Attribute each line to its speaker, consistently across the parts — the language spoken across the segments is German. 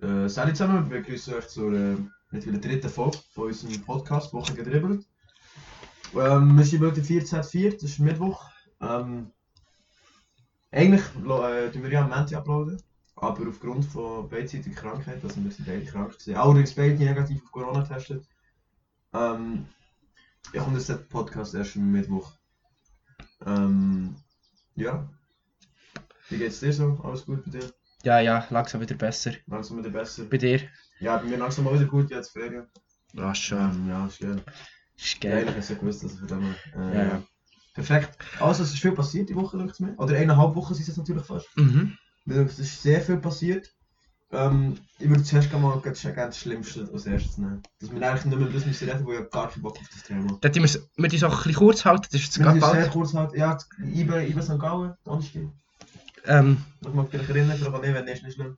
Speaker 1: Äh, salut zusammen, wir begrüßen euch zur äh, mittlerweile dritten Folge von unserem Podcast Woche gedribbelt. Ähm, wir sind heute 14.04, das ist Mittwoch. Ähm, eigentlich lo- äh, tun wir ja am Montag uploaden, aber aufgrund von beidseitiger Krankheit, also wir sind beide krank gewesen, auch übrigens beide negativ auf Corona getestet, ähm, ja, kommt jetzt der Podcast erst am Mittwoch. Ähm, ja. Wie geht's dir so? Alles gut bei dir?
Speaker 2: Ja, ja, langsam wieder besser.
Speaker 1: Langsam wieder besser?
Speaker 2: Bei dir?
Speaker 1: Ja, bei mir langsam mal wieder gut jetzt Ferien.
Speaker 2: Ja,
Speaker 1: Ähm, ja, ist geil.
Speaker 2: Ist
Speaker 1: Ja,
Speaker 2: geil.
Speaker 1: eigentlich ist ja gewusst, dass es wieder mal. Äh,
Speaker 2: Ja, ja.
Speaker 1: Perfekt. Also, es ist viel passiert die Woche, nichts mehr. Oder eineinhalb Wochen sind es natürlich fast.
Speaker 2: Mhm.
Speaker 1: Weil Es ist sehr viel passiert. Ähm, ich würde zuerst gerne mal ganz, ganz das Schlimmste als erstes nehmen. Dass wir eigentlich nicht mehr über das müssen reden, weil ich hab gar keinen Bock auf das Thema.
Speaker 2: Dann müssen wir es- wir die Sache ein bisschen kurz halten, das ist jetzt
Speaker 1: Wir
Speaker 2: gerade
Speaker 1: haben sehr
Speaker 2: bald.
Speaker 1: kurz halt, ja, über, über St. Gallen, Donnerstag.
Speaker 2: Ähm,
Speaker 1: Ich mag mich erinnern, vielleicht auch nicht, wenn nicht, nicht schlimm.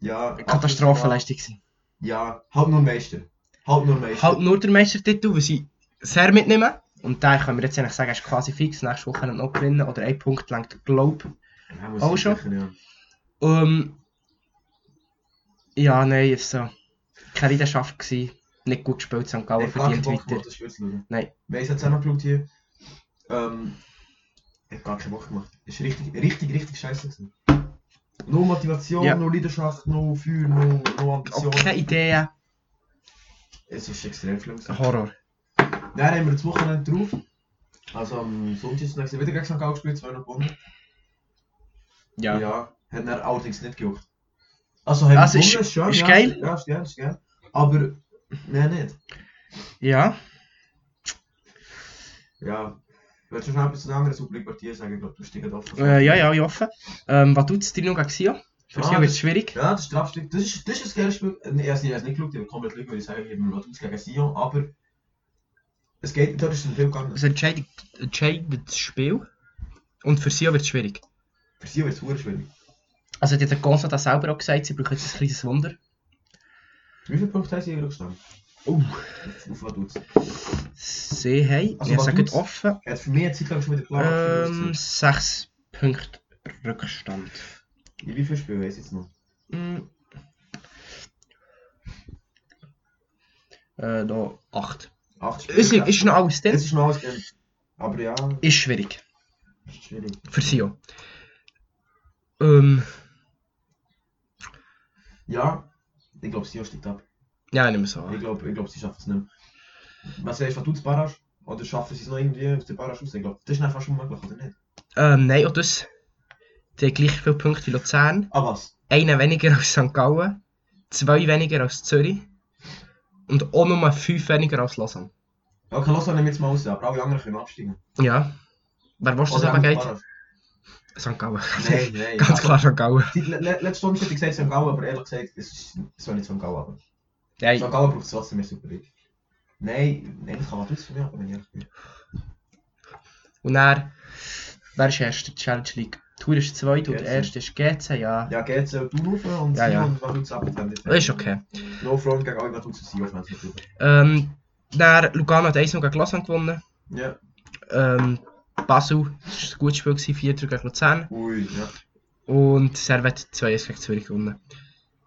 Speaker 1: Ja.
Speaker 2: Katastrophenleistung gewesen.
Speaker 1: Ja, halt nur Meister. Halt nur Meister.
Speaker 2: Halt nur der Meistertitel, weil sie sehr mitnehmen. Und da können wir jetzt eigentlich sagen, ist quasi fix, nächste Woche noch gewinnen oder ein Punkt lang, glaube
Speaker 1: Ja, muss
Speaker 2: Auch
Speaker 1: ich
Speaker 2: schon?
Speaker 1: sicher, ja.
Speaker 2: Ähm, ja, eh, nein, ist so. Keine Leidenschaft gewesen. Nicht gut gespielt, St. Gallen
Speaker 1: Ich habe
Speaker 2: verdient
Speaker 1: keinen Bock
Speaker 2: weiter.
Speaker 1: gemacht, das Spiel zu schauen.
Speaker 2: Nein.
Speaker 1: Wir haben es ja zusammengeschaut hier. Ähm, ich habe gar keinen Bock gemacht. Es war richtig, richtig, richtig scheiße. Gewesen. No Motivation,
Speaker 2: Ja.
Speaker 1: no Leidenschaft, no Feuer, no, no Ambition.
Speaker 2: Auch keine Idee.
Speaker 1: Es ist extrem schlimm. gewesen.
Speaker 2: Horror.
Speaker 1: Dann haben wir das Wochenende drauf. Also am Sonntag ist es wieder gegen St. Gallen gespielt, 2 noch gewonnen.
Speaker 2: Ja.
Speaker 1: Hat dann allerdings nicht gejuckt. Also haben
Speaker 2: Also
Speaker 1: wir
Speaker 2: ist-
Speaker 1: gewonnen, schön,
Speaker 2: ist
Speaker 1: ja,
Speaker 2: geil.
Speaker 1: Ja, ist geil, ist geil. Aber, nein, nicht.
Speaker 2: Ja.
Speaker 1: Ja. Willst du schon etwas zu den anderen Sublik-Partien sagen? Ich glaube, du steigst auf.
Speaker 2: Äh, ja, ja, ich hoffe. Ähm, was tut es dir noch gegen Sion? Für
Speaker 1: Ah,
Speaker 2: Sion wird
Speaker 1: das-
Speaker 2: es schwierig.
Speaker 1: Ja, das ist der Abstieg. Das ist, das ist ein geiles Spiel. Nee, also, ich habe es nicht geschaut, ich habe komplett lügen, weil ich sage, ich habe Rotwitz gegen Sion, aber es geht, dort ist ein Film gegangen.
Speaker 2: Es entscheidet, entscheidet das Spiel. Und für Sion wird es schwierig.
Speaker 1: Für Sion ist es verdammt schwierig.
Speaker 2: Also, die hat der Gonzalo selber auch gesagt, sie brauchen jetzt ein kleines Wunder.
Speaker 1: Wie viele Punkte haben sie hier gestanden?
Speaker 2: Oh.
Speaker 1: Auf auf Vaduz.
Speaker 2: Sie haben,
Speaker 1: Also,
Speaker 2: also, wir
Speaker 1: was
Speaker 2: sagen
Speaker 1: tut's?
Speaker 2: offen,
Speaker 1: Er hat für mich eine Zeit lang schon wieder klar für mich
Speaker 2: ähm,
Speaker 1: gewesen.
Speaker 2: 6 Punkte Rückstand.
Speaker 1: In wie viel Spiele weiß ich jetzt noch?
Speaker 2: Hm. Äh, da 8.
Speaker 1: Acht Spiele.
Speaker 2: Ist, nicht- ist noch alles
Speaker 1: Es
Speaker 2: drin?
Speaker 1: ist noch alles drin. Aber ja, es
Speaker 2: Ist schwierig.
Speaker 1: ist schwierig.
Speaker 2: Für Sion. Ähm,
Speaker 1: Ja, ich glaube, Sion steigt ab.
Speaker 2: ja, nicht mehr so.
Speaker 1: Ich glaube, ich glaub, sie schaffen es nicht mehr. Was sagst du, Vaduz Barrage? Oder schaffen sie es noch irgendwie aus der Barrage raus? Ich glaube, das ist einfach schon möglich, oder nicht?
Speaker 2: Ähm, nein, und das. Die haben gleich viele Punkte wie Luzern.
Speaker 1: Ah, was?
Speaker 2: Einen weniger als St. Gallen. Zwei weniger als Zürich. Und auch nur fünf weniger als Lausanne.
Speaker 1: Okay, lass uns jetzt mal raus, aber alle anderen können absteigen.
Speaker 2: Ja. Wer willst du das
Speaker 1: Oder
Speaker 2: aber
Speaker 1: einfach
Speaker 2: geht?
Speaker 1: Barrage.
Speaker 2: St. Gallen.
Speaker 1: Nein, nein.
Speaker 2: Ganz klar St. Gallen.
Speaker 1: Die le- le- Letzte Stunde hätte ich gesagt St. Gallen, aber ehrlich gesagt, es ist es soll nicht St. Gallen haben. St.
Speaker 2: Nein.
Speaker 1: Gallen braucht es trotzdem mehr Super League. Nein, nein, das kann man trotzdem nicht, aber wenn ich ehrlich bin.
Speaker 2: Und dann. Wer ist erster? Die Challenge League. Tour ist zweit und der
Speaker 1: GC.
Speaker 2: erste ist GC, ja.
Speaker 1: Ja, geht es du rauf und
Speaker 2: Ja,
Speaker 1: sie
Speaker 2: ja.
Speaker 1: und Vaduz abgefendet.
Speaker 2: Ist okay.
Speaker 1: No eh, front oh, gegen alle Vaduz und sie auf Menschen
Speaker 2: Ähm, dann Lugano hat 1 noch gegen Lausanne gewonnen.
Speaker 1: Ja.
Speaker 2: Ähm, Basel, das war ein gutes Spiel, gewesen, 4 gegen Luzern.
Speaker 1: Ui, ja.
Speaker 2: Und Servet 2-1 gegen Zürich gewonnen.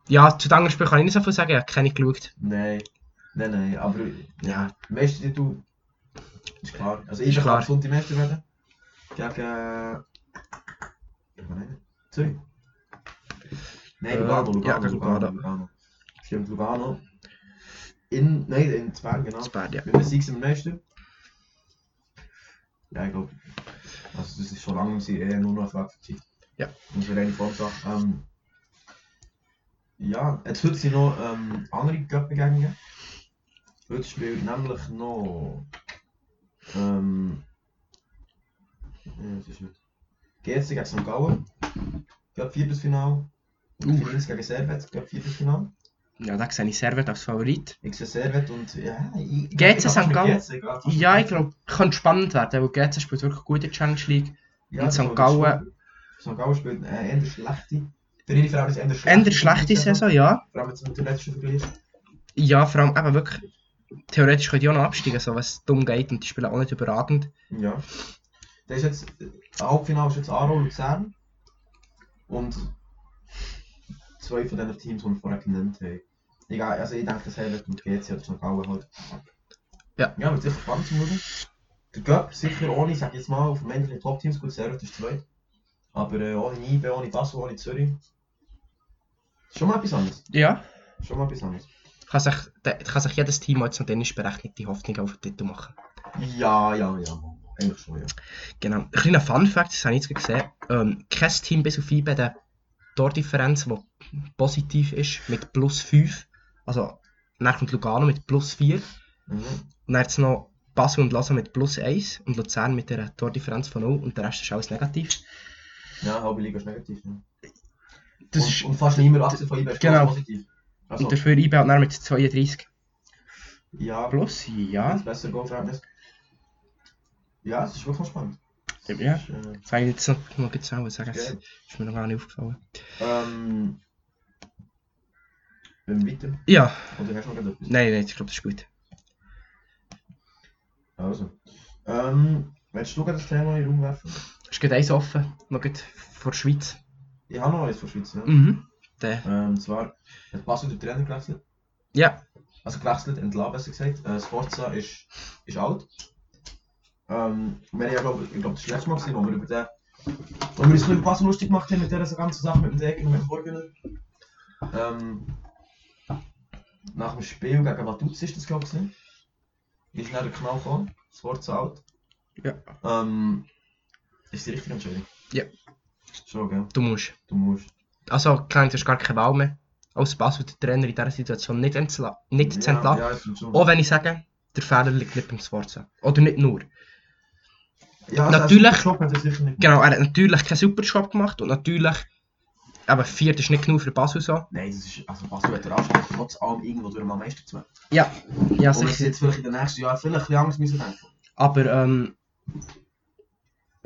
Speaker 2: Ja, zu den anderen Spielen kann ich nicht so viel sagen, ich habe keine geschaut.
Speaker 1: Nein. Nein, nein, aber
Speaker 2: Ja.
Speaker 1: Meister, die du. Ist klar. Also ich
Speaker 2: Ist
Speaker 1: kann
Speaker 2: klar.
Speaker 1: am Sonntag Meister werden. Gegen. Gegen wen? Zürich. Nein,
Speaker 2: Äh,
Speaker 1: Lugano, Lugano,
Speaker 2: ja, gegen
Speaker 1: Lugano,
Speaker 2: Lugano.
Speaker 1: Lugano. Stimmt, Lugano. In, nein, in Bern, genau.
Speaker 2: Das Bad, ja.
Speaker 1: Mit dem Sieg sind wir Meister. Ja, ich glaube. Also das ist schon lange sie eh nur noch Frage für die Zeit.
Speaker 2: Ja.
Speaker 1: Das ist eine reine Formsache. Ähm, ja, jetzt heute sind noch ähm, andere Göppengänge. Heute spielt nämlich noch. Ähm, ja, was ist heute? GC gegen St. Gallen. Göpp Viertelfinal.
Speaker 2: Uh.
Speaker 1: Und Finals gegen Servet. Göpp Viertelfinal.
Speaker 2: Ja, da sehe ich Servet als Favorit.
Speaker 1: Ich sehe Servet und. Ja, ich,
Speaker 2: GC
Speaker 1: ich-
Speaker 2: St. Gallen?
Speaker 1: GC,
Speaker 2: Ja, ich glaube, könnte spannend werden, weil GC spielt wirklich gut in der Challenge League.
Speaker 1: Ja,
Speaker 2: Und
Speaker 1: das
Speaker 2: St.
Speaker 1: war das
Speaker 2: Gallen-
Speaker 1: Spiel. St. Gallen spielt eine eher schlechte. Für ihre Verhältnisse eher schlechte.
Speaker 2: Änder schlechte Saison, ja.
Speaker 1: Vor allem jetzt mit dem letzten Vergleich.
Speaker 2: Ja, vor allem eben wirklich. Theoretisch könnte ich auch noch absteigen, so was dumm geht und die spielen auch nicht überragend.
Speaker 1: Ja. Das ist äh, jetzt, das Halbfinale ist jetzt Aro Luzern. Und zwei von diesen Teams, die wir vorher genannt haben. Egal, also ich denke, das Highlight mit GC oder St. Gallen halt.
Speaker 2: Ja.
Speaker 1: Ja, wird sicher spannend zu schauen. Der Göpp sicher ohne, ich sag jetzt mal, auf dem Ende der Top-Teams, gut, Servet ist zweit. Aber äh, ohne Nibe, ohne Basel, ohne Zürich. Schon mal etwas anderes.
Speaker 2: Ja.
Speaker 1: Schon mal etwas anderes.
Speaker 2: Kann sich, da- kann sich jedes Team das jetzt noch dann ist berechnet die Hoffnung auf den Titel machen.
Speaker 1: Ja, ja, ja. Mann. Eigentlich schon, ja.
Speaker 2: Genau. Ein kleiner Fun Fact, das habe ich jetzt gerade gesehen. Ähm, kein Team bis auf IB der Tordifferenz, die positiv ist, mit plus 5. Also, dann kommt Lugano mit plus 4.
Speaker 1: Mhm.
Speaker 2: Und dann jetzt noch Basel und Lausanne mit plus 1 und Luzern mit einer Tordifferenz von 0 und der Rest ist alles negativ.
Speaker 1: Ja, halbe Liga ist negativ. Ja.
Speaker 2: Das
Speaker 1: und,
Speaker 2: ist,
Speaker 1: und fast niemand 18 von IB ist
Speaker 2: Genau.
Speaker 1: positiv. Also,
Speaker 2: und dafür IB hat dann mit 32
Speaker 1: ja,
Speaker 2: plus, ja.
Speaker 1: Das beste Goalverhältnis. Ja, es ist wirklich spannend.
Speaker 2: Ja.
Speaker 1: Es ist, äh,
Speaker 2: Das habe ich jetzt noch, noch genau sagen, das
Speaker 1: Geil.
Speaker 2: ist mir noch gar nicht aufgefallen.
Speaker 1: ähm, wenn wir weiter.
Speaker 2: Ja,
Speaker 1: Oder hast du noch etwas?
Speaker 2: nein, nein, ich glaube, das ist gut.
Speaker 1: Also. Ähm, willst du gerade das Thema hier umwerfen?
Speaker 2: Es geht eins offen, noch gerade vor der Schweiz.
Speaker 1: Ich habe noch eins von Schweiz. Ja.
Speaker 2: Mhm. Der,
Speaker 1: Ähm, und zwar hat Basel den Trainer gewechselt.
Speaker 2: ja,
Speaker 1: Also gewechselt, entlassen besser gesagt. Äh, Sforza ist, ist alt. Ähm, wir haben ja, glaub, ich glaube, das letzte Mal gesehen, wo wir über den, wo wir uns ein bisschen über Basel lustig gemacht haben mit dieser ganzen Sache mit dem Decken und mit dem Vorgänger. Ähm, nach dem Spiel gegen Vaduz ist das, glaube ich, ist nach der Knall gekommen, Sforza alt.
Speaker 2: Ja.
Speaker 1: Ähm, ist die richtige Entscheidung?
Speaker 2: Ja.
Speaker 1: Schon, gell?
Speaker 2: du musst.
Speaker 1: Du musst.
Speaker 2: Also, klar, du hast gar keine Wahl mehr. Als Basel den Trainer in dieser Situation nicht, entzla- nicht Oh, zu entlassen.
Speaker 1: Ja, ja, ich finde schon.
Speaker 2: Auch wenn ich sage, der Fehler liegt nicht beim Schwarzen. Oder nicht nur.
Speaker 1: ja,
Speaker 2: natürlich-
Speaker 1: Das Schock hat er sicher nicht.
Speaker 2: Genau, er hat natürlich keinen super Job gemacht und natürlich, aber viert ist nicht genug für Basel so.
Speaker 1: Nein, das ist, also was du hat der Anspruch, trotz allem irgendwo durch am meisten zu machen.
Speaker 2: Ja, ja
Speaker 1: Also ich
Speaker 2: sicher.
Speaker 1: jetzt vielleicht in den nächsten Jahren vielleicht ein bisschen anders müssen denken.
Speaker 2: Aber ähm,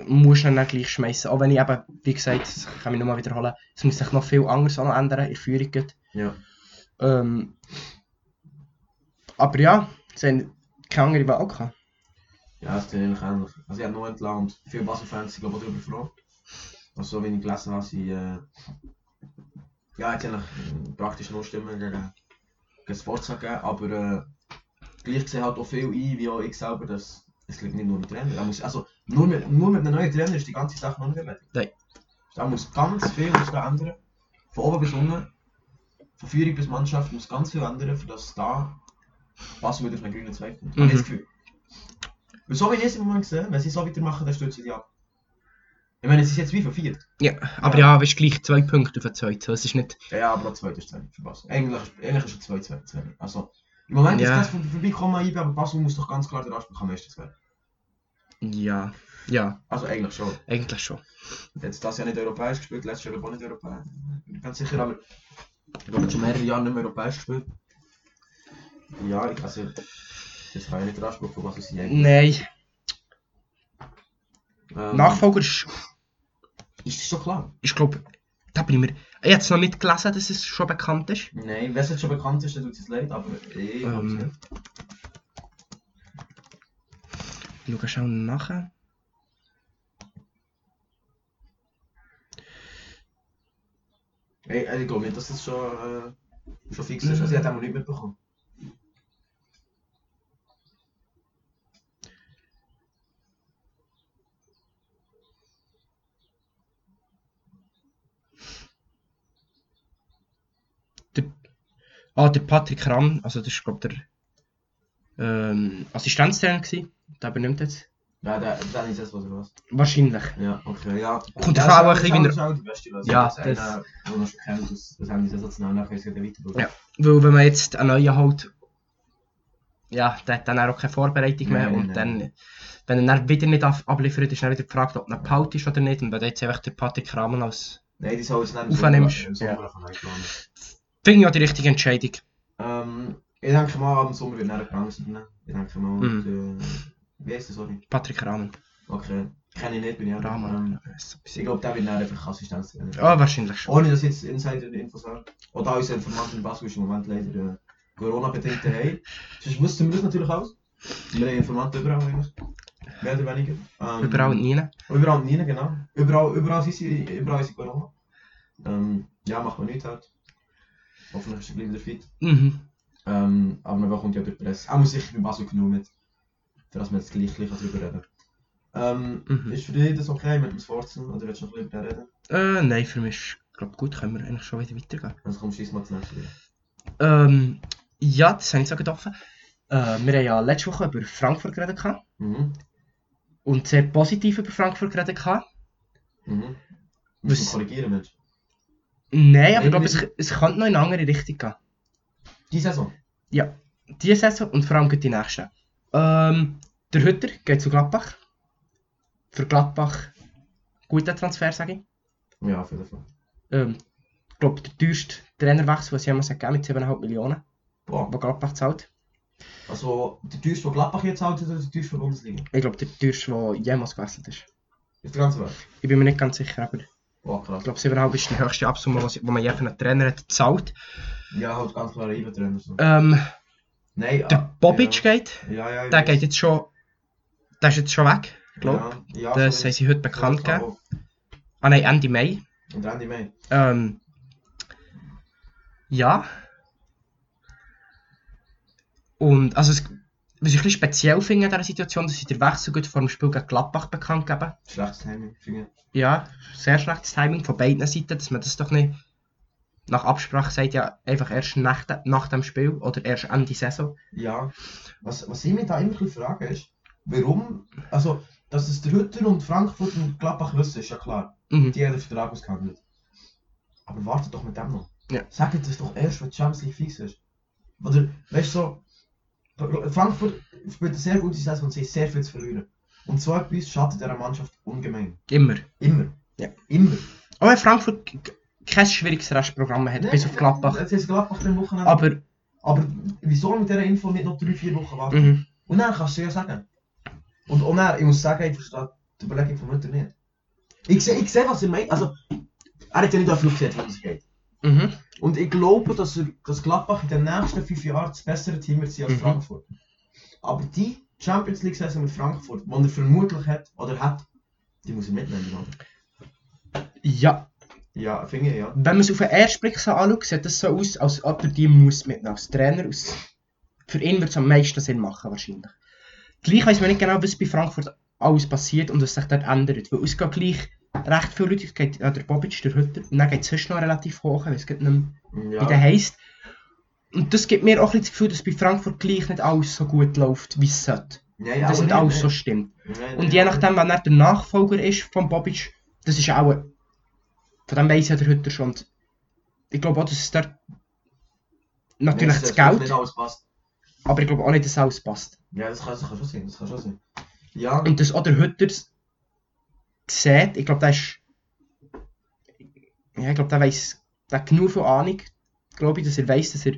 Speaker 2: musst du ihn dann gleich schmeißen. Auch wenn ich eben, wie gesagt, das kann ich nochmal wiederholen, es muss sich noch viel anders auch noch ändern in der Führung. gerade.
Speaker 1: Ja.
Speaker 2: Ähm, aber ja, sie haben keine andere Wahl gehabt.
Speaker 1: Ja, das ist eigentlich ähnlich. Also ich habe noch entlang und viele Basel-Fans sind glaube ich darüber froh. Also so wie ich gelesen habe, sie äh, ja, hat eigentlich äh, praktisch nur Stimmen gegen, gegen Sports gegeben, aber äh, gleich sehen halt auch viel ein, wie auch ich selber, dass es liegt nicht nur am Trainer. Er muss, also nur mit, nur mit einem neuen Trainer ist die ganze Sache noch nicht erledigt.
Speaker 2: Nein.
Speaker 1: Da muss ganz viel muss da ändern. Von oben bis unten, von Führung bis Mannschaft muss ganz viel ändern, für das da Basel wieder auf einen grünen Zweig kommt. Mhm.
Speaker 2: Mhm.
Speaker 1: Ich das Gefühl. Weil so wie ich es im Moment sehe, wenn sie so weitermachen, dann stürzen sie ab. Ich meine, es ist jetzt wie verviert.
Speaker 2: Ja, aber ja, ja weißt gleich zwei Punkte auf den zweiten. So, Es ist nicht,
Speaker 1: Ja, ja, aber auch zweite Stelle für Basel. Eigentlich, ist- eigentlich ist es 2 2 2 Also, im Moment
Speaker 2: Ja.
Speaker 1: ist das vor- vorbeikommen an IB, aber Basel muss doch ganz klar den Anspruch haben, Meister zu werden.
Speaker 2: ja, ja,
Speaker 1: Also eigentlich schon.
Speaker 2: eigentlich schon.
Speaker 1: Jetzt das Jahr nicht europäisch gespielt, letztes Jahr auch nicht europäisch. Bin ich ganz sicher, aber ich glaube schon mehrere Jahre nicht mehr europäisch gespielt. Ja, ich, also, das kann ja nicht der Anspruch von Basel sein. eigentlich.
Speaker 2: Nein,
Speaker 1: Ähm,
Speaker 2: Nachfolger ist
Speaker 1: Ist das schon klar?
Speaker 2: ich glaube, da bin ich mir. Ich habe es noch nicht gelesen, dass es schon bekannt ist.
Speaker 1: Nein, wenn es jetzt schon bekannt ist, dann tut es leid, aber ich
Speaker 2: Ähm.
Speaker 1: hab's nicht.
Speaker 2: Ich schaue schnell nachher.
Speaker 1: Ey, ey, ich glaube nicht, dass das schon, äh, schon fix ist. Also, ich hätte auch nicht mitbekommen.
Speaker 2: Ah, der Patrick Ramm, also das war, glaube der ähm, Assistenztrainer. Gewesen. Der übernimmt jetzt.
Speaker 1: Ja, da, dann ist das, was du hast.
Speaker 2: Wahrscheinlich.
Speaker 1: Ja, okay, ja.
Speaker 2: Kommt
Speaker 1: ja,
Speaker 2: der Frau auch
Speaker 1: das ist
Speaker 2: ein bisschen
Speaker 1: das ist auch die beste Lösung.
Speaker 2: Ja,
Speaker 1: das ist
Speaker 2: das-
Speaker 1: einer, der noch schon kennt, das, das haben die sensationell nachher ist wieder weiter.
Speaker 2: Ja. Weil, wenn man jetzt einen neuen holt, ja, der hat dann auch keine Vorbereitung mehr.
Speaker 1: Nein,
Speaker 2: und
Speaker 1: nein.
Speaker 2: dann, wenn er dann wieder nicht ab- abliefert, ist dann wieder gefragt, ob er gepaut ist oder nicht. Und wenn du jetzt einfach den Patrick Ramm als.
Speaker 1: Nein, die soll es nicht
Speaker 2: Aufnimmst.
Speaker 1: im Sommer davon einplanen.
Speaker 2: Finde ich auch die richtige Entscheidung.
Speaker 1: Ähm, ich denke mal, am Sommer wird nachher gegangen sein. Ich denke mal,
Speaker 2: Mm.
Speaker 1: und, äh, wie heißt der, sorry?
Speaker 2: Patrick Rahmen.
Speaker 1: Okay, kenne ich nicht, bin ich auch
Speaker 2: Rahmen.
Speaker 1: Ähm, Ich glaube, der wird nachher einfach Assistenz trainieren.
Speaker 2: Ah, wahrscheinlich schon.
Speaker 1: Ohne dass ich jetzt Insider-Infos habe. Oder auch unser Informant in Basel ist im Moment leider äh, Corona-bedingt daheim. Sonst wussten wir das natürlich alles. Wir haben Informanten überall eigentlich. Mehr oder weniger. Ähm,
Speaker 2: Überall und nie.
Speaker 1: Überall und nie, genau. Überall, überall, sind sie, überall ist sie Corona. Ähm, Ehm, ja, macht man nichts halt. Hoffentlich ist er gleich wieder fit.
Speaker 2: Mhm.
Speaker 1: Ähm, aber man bekommt ja über die Presse. Auch muss sicher bei Basel genug mit. Für das wir jetzt gleich, gleich darüber reden. Ähm,
Speaker 2: Mhm.
Speaker 1: Ist für dich das okay mit dem Sforzen? Oder willst du noch ein bisschen darüber reden?
Speaker 2: Äh, nein, für mich ist, glaub gut, können wir eigentlich schon wieder weitergehen.
Speaker 1: Sonst kommst du diesmal zum nächsten.
Speaker 2: Ähm, ja, das habe ich so gedacht. Äh, wir haben ja letzte Woche über Frankfurt geredet gehabt
Speaker 1: Mhm.
Speaker 2: und sehr positiv über Frankfurt geredet gehabt.
Speaker 1: Mhm. Musst du
Speaker 2: Was-
Speaker 1: korrigieren, Mensch.
Speaker 2: Nein, aber ich glaube,
Speaker 1: Nein,
Speaker 2: es, es kann noch in eine andere Richtung gehen.
Speaker 1: Die Saison?
Speaker 2: Ja, diese Saison und vor allem gleich die nächste. Ähm, der Hütter geht zu Gladbach. Für Gladbach guter Transfer, sage ich.
Speaker 1: Ja, auf jeden Fall.
Speaker 2: Ähm, ich glaube, der teuerste Trainerwechsel, was jemals gegeben hat, mit 7,5 Millionen,
Speaker 1: Boah.
Speaker 2: die Gladbach zahlt.
Speaker 1: Also, der teuerste, der Gladbach jetzt hält, oder der teuerste der Bundesliga?
Speaker 2: Ich glaube, der teuerste, der jemals gewechselt ist.
Speaker 1: Ist der ganze Welt?
Speaker 2: Ich bin mir nicht ganz sicher, aber ich
Speaker 1: Boah, krass.
Speaker 2: glaube, 7,5 ist die höchste Absumme, was- die man je für einen Trainer hat gezahlt.
Speaker 1: Ja, halt ganz klar Eibentrainer. So.
Speaker 2: Ähm,
Speaker 1: Nein, ah,
Speaker 2: der Bobic geht,
Speaker 1: Ja, ja, ja. ich
Speaker 2: der
Speaker 1: weiß.
Speaker 2: geht jetzt schon, der ist jetzt schon weg, glaube
Speaker 1: Ja, ja,
Speaker 2: ich. Das haben
Speaker 1: sorry.
Speaker 2: sie heute bekannt
Speaker 1: Sorry,
Speaker 2: gegeben. Ah nein, Ende Mai.
Speaker 1: sorry. Und Randy May.
Speaker 2: Ähm, ja. Und also, es, was ich ein bisschen speziell finde in dieser Situation, dass sie der Wechsel gut vor dem Spiel gegen Gladbach bekannt geben.
Speaker 1: Schlechtes Timing, finde ich.
Speaker 2: Ja, sehr schlechtes Timing von beiden Seiten, dass man das doch nicht nach Absprache sagt, ja, einfach erst nach, de, nach dem Spiel oder erst Ende Saison.
Speaker 1: Ja. Was, was ich mich da immer ein bisschen frage ist, warum, also, dass es der Hütter und Frankfurt und Gladbach wissen, ist ja klar.
Speaker 2: Mhm.
Speaker 1: Die haben den Vertrag ausgehandelt. Aber wartet doch mit dem noch.
Speaker 2: Ja.
Speaker 1: Sagt das doch erst, wenn die Champions League fix ist. Oder, weißt du, so, Frankfurt spielt eine sehr gute Saison und sie haben sehr viel zu verlieren. Und so etwas schadet dieser Mannschaft ungemein.
Speaker 2: Immer.
Speaker 1: Immer.
Speaker 2: Ja.
Speaker 1: Immer.
Speaker 2: Auch wenn Frankfurt k- kein schwieriges Restprogramm hat, bis auf Gladbach.
Speaker 1: Jetzt ist Gladbach am Wochenende.
Speaker 2: Aber,
Speaker 1: Aber wieso mit dieser Info nicht noch 3-4 Wochen warten?
Speaker 2: mhm.
Speaker 1: Und dann kannst du ja sagen. Und, und dann, ich muss sagen, ich verstehe die Überlegung von Mutter nicht. Ich sehe, ich sehe was er meint. Also, er hat ja nicht auf Luft gesehen, worum es geht.
Speaker 2: Mhm.
Speaker 1: Und ich glaube, dass, er, dass Gladbach in den nächsten fünf Jahren das bessere Team wird sein als
Speaker 2: Mhm.
Speaker 1: Frankfurt. Aber die Champions League-Saison mit Frankfurt, die er vermutlich hat oder hat, die muss er mitnehmen. Oder?
Speaker 2: ja.
Speaker 1: Ja, finde ich, ja.
Speaker 2: Wenn man es auf den ersten Blick so anschaut, sieht das so aus, als ob er die muss mitnehmen als Trainer. Aus. Für ihn wird es am meisten Sinn machen, wahrscheinlich. Gleich weiß man nicht genau, was bei Frankfurt alles passiert und was sich dort ändert. Weil es geht gleich recht viele Leute, es geht ja, der Bobic, der Hütter, und dann geht es sonst noch relativ hoch, ich weiß nicht mehr, wie der
Speaker 1: Ja,
Speaker 2: heisst. Und das gibt mir auch ein bisschen das Gefühl, dass bei Frankfurt gleich nicht alles so gut läuft, wie es sollte.
Speaker 1: ja,
Speaker 2: Und
Speaker 1: ja
Speaker 2: das
Speaker 1: aber
Speaker 2: nicht
Speaker 1: nein,
Speaker 2: alles so
Speaker 1: nein.
Speaker 2: stimmt.
Speaker 1: Nein,
Speaker 2: Und
Speaker 1: nein,
Speaker 2: je
Speaker 1: aber-
Speaker 2: nachdem, wenn er der Nachfolger ist von Bobic, das ist auch. ein- Von dem weiss ja der Hütter schon. Und ich glaube auch, dass es dort. Natürlich
Speaker 1: Nein,
Speaker 2: das
Speaker 1: das darf Nicht
Speaker 2: Geld,
Speaker 1: alles passt.
Speaker 2: aber ich glaube auch nicht, dass alles passt.
Speaker 1: Ja, das kann, das kann schon sein, das kann schon sein. Ja,
Speaker 2: Und dass auch der Hütter es sieht, ich glaube, der ist. Ja, ich glaube, der weiß. Der hat genug viel Ahnung, glaube ich, dass er weiß, dass er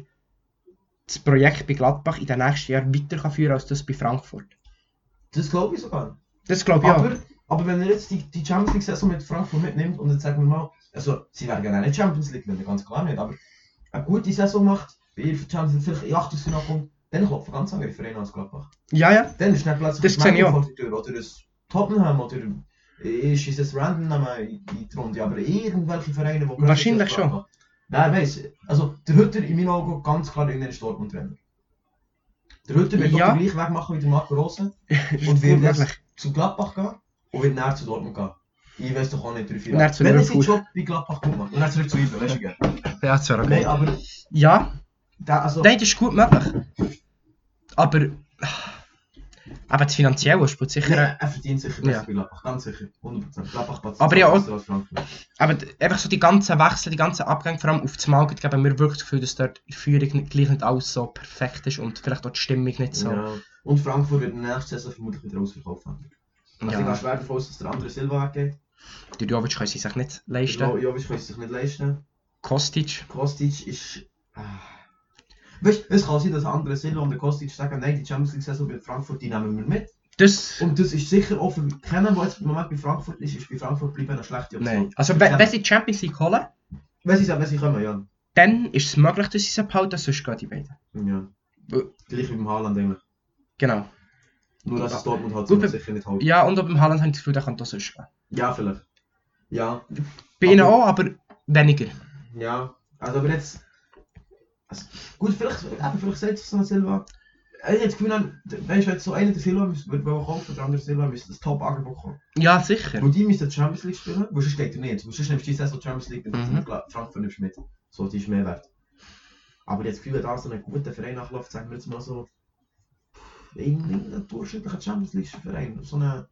Speaker 2: das Projekt bei Gladbach in den nächsten Jahren weiter kann führen als das bei Frankfurt. Dus
Speaker 1: das glaube ich sogar.
Speaker 2: Das glaube ich auch.
Speaker 1: Aber, aber wenn er jetzt die, die Champions League Saison mit Frankfurt mitnimmt und jetzt sagen wir mal, also sie werden gerne nicht Champions League gewinnen, ganz klar nicht, aber eine gute Saison macht, bei ihr für die Champions League vielleicht in Achtelfinale kommt, dann klopft ein ganz andere Verein als Gladbach.
Speaker 2: Ja, ja.
Speaker 1: Dann ist dann plötzlich
Speaker 2: Das sehe ich auch.
Speaker 1: vor der Tür oder ein Tottenham oder ist es ein random Name in in die Runde, aber irgendwelche Vereine, die
Speaker 2: Wahrscheinlich schon.
Speaker 1: Wer weiß, also der Hütter in meinen Augen ganz klar irgendein Dortmund Trainer. Der Hütter wird ja.
Speaker 2: Ja.
Speaker 1: gleich wegmachen wie der Marco Rose
Speaker 2: Und
Speaker 1: Und wir
Speaker 2: wirklich.
Speaker 1: lassen- zu Gladbach gehen und wird näher zu Dortmund gehen. Ich weiß doch auch nicht, drei, vier
Speaker 2: Und
Speaker 1: Jahre.
Speaker 2: dann zu
Speaker 1: Wenn er seinen
Speaker 2: Liverpool.
Speaker 1: Job bei Gladbach gut macht und dann zurück zu Ibe, weißt du, gell?
Speaker 2: Ja, das wäre
Speaker 1: Nein, aber
Speaker 2: Ja.
Speaker 1: der, also,
Speaker 2: Nein, das ist gut möglich. Aber. Aber das Finanzielle spielt sicher.
Speaker 1: er, er verdient sicher besser
Speaker 2: Ja.
Speaker 1: bei Gladbach, ganz sicher. 100%. Gladbach passt
Speaker 2: Aber ja,
Speaker 1: besser als Frankfurt.
Speaker 2: Aber d- einfach so die ganzen Wechsel, die ganzen Abgänge, vor allem auf das Mal, geben mir wirklich das Gefühl, dass dort die Führung nicht, gleich nicht alles so perfekt ist und vielleicht auch die Stimmung nicht so.
Speaker 1: Ja. Und Frankfurt wird in der nächsten Saison vermutlich wieder ausverkauft haben. Also ich gehe
Speaker 2: Ja,
Speaker 1: schwer davon aus, dass der andere Silva weggeht.
Speaker 2: die Jovic können sie sich nicht leisten.
Speaker 1: Jo- Jovic kann es sich nicht leisten.
Speaker 2: Kostic.
Speaker 1: Kostic ist... Ah. Weißt du, es kann sein, dass andere Silva und der Kostic sagen, nein, die Champions League Saison bei Frankfurt, die nehmen wir mit.
Speaker 2: Das.
Speaker 1: Und das ist sicher auch für keinen, der jetzt im Moment bei Frankfurt ist, ist bei Frankfurt bleiben eine schlechte Option.
Speaker 2: Nein. Also, wenn, wenn sie die Champions League holen,
Speaker 1: Wenn sie sagen, wenn sie kommen, ja.
Speaker 2: dann ist es möglich, dass sie sie behalten, sonst gehen die beiden.
Speaker 1: ja.
Speaker 2: Bu-
Speaker 1: Gleich wie beim Haaland eigentlich.
Speaker 2: Genau.
Speaker 1: Nur, dass es Dortmund halt
Speaker 2: Gut,
Speaker 1: so
Speaker 2: wir-
Speaker 1: sicher nicht hält.
Speaker 2: Ja, und ob im Haaland habe ich das Gefühl, der kann das sonst gehen.
Speaker 1: Ja, vielleicht. Ja,
Speaker 2: Bei ihnen
Speaker 1: Aber-
Speaker 2: auch, aber weniger.
Speaker 1: ja. Also, aber jetzt, Also, gut, vielleicht, eben, vielleicht sagt es so Silva. Ich habe das Gefühl, dann- weißt du, wenn so einer der Silva müsste, würde man kaufen, der andere Silva müsste das Top-Angebot kommen.
Speaker 2: Ja, sicher.
Speaker 1: Und die müssen die Champions League spielen, weil sonst geht er nicht. Weil sonst nimmst du die Saison Champions League, dann
Speaker 2: Mhm.
Speaker 1: mhm. Frankfurt nimmst du mit. So, die ist mehr wert. Aber ich habe das Gefühl, wenn da so einen guten Verein nachläuft, sagen wir jetzt mal so, pff, irgendein durchschnittlicher Champions League-Verein, so eine,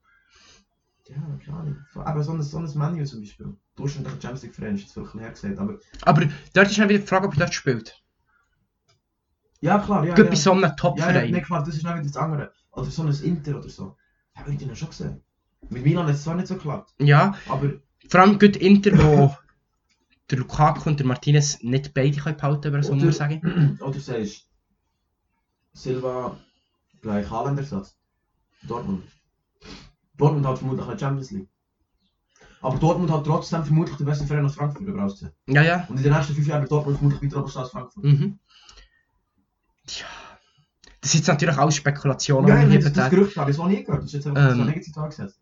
Speaker 1: ja, keine Ahnung, so, eben so ein, so ein Menu zum Beispiel. Durchschnittlicher Champions League-Verein ist jetzt vielleicht ein bisschen hergesehen, aber
Speaker 2: Aber dort ist dann wieder die Frage, ob er dort spielt.
Speaker 1: ja, klar, ja.
Speaker 2: Gerade
Speaker 1: ja.
Speaker 2: bei so einem
Speaker 1: Ja, ja,
Speaker 2: Top-Verein.
Speaker 1: nee, klar, das ist noch wieder das andere. Oder so ein dus Inter oder so. Ja, würde ich den schon sehen. Mit Milan hat es zwar nicht so geklappt,
Speaker 2: Ja,
Speaker 1: aber
Speaker 2: vor allem gut Inter, wo der Lukaku und der Martinez nicht beide können behalten können, so
Speaker 1: Oder-
Speaker 2: muss sagen.
Speaker 1: oder du sagst, Silva gleich Haaland-Ersatz. Dortmund. Dortmund hat vermutlich eine Champions League. Aber Dortmund hat trotzdem vermutlich den besten Verein als Frankfurt überhaupt. Und
Speaker 2: Ja, ja.
Speaker 1: in den nächsten fünf Jahren wird Dortmund vermutlich wieder oberst als Frankfurt.
Speaker 2: Mhm. Tja. Das sind jetzt natürlich alles Spekulationen,
Speaker 1: Ja, ich
Speaker 2: die wir
Speaker 1: habe
Speaker 2: hier
Speaker 1: das
Speaker 2: betätigen.
Speaker 1: Gerücht habe ich so nie gehört. Das ist jetzt einfach
Speaker 2: Ähm.
Speaker 1: so negativ angesetzt.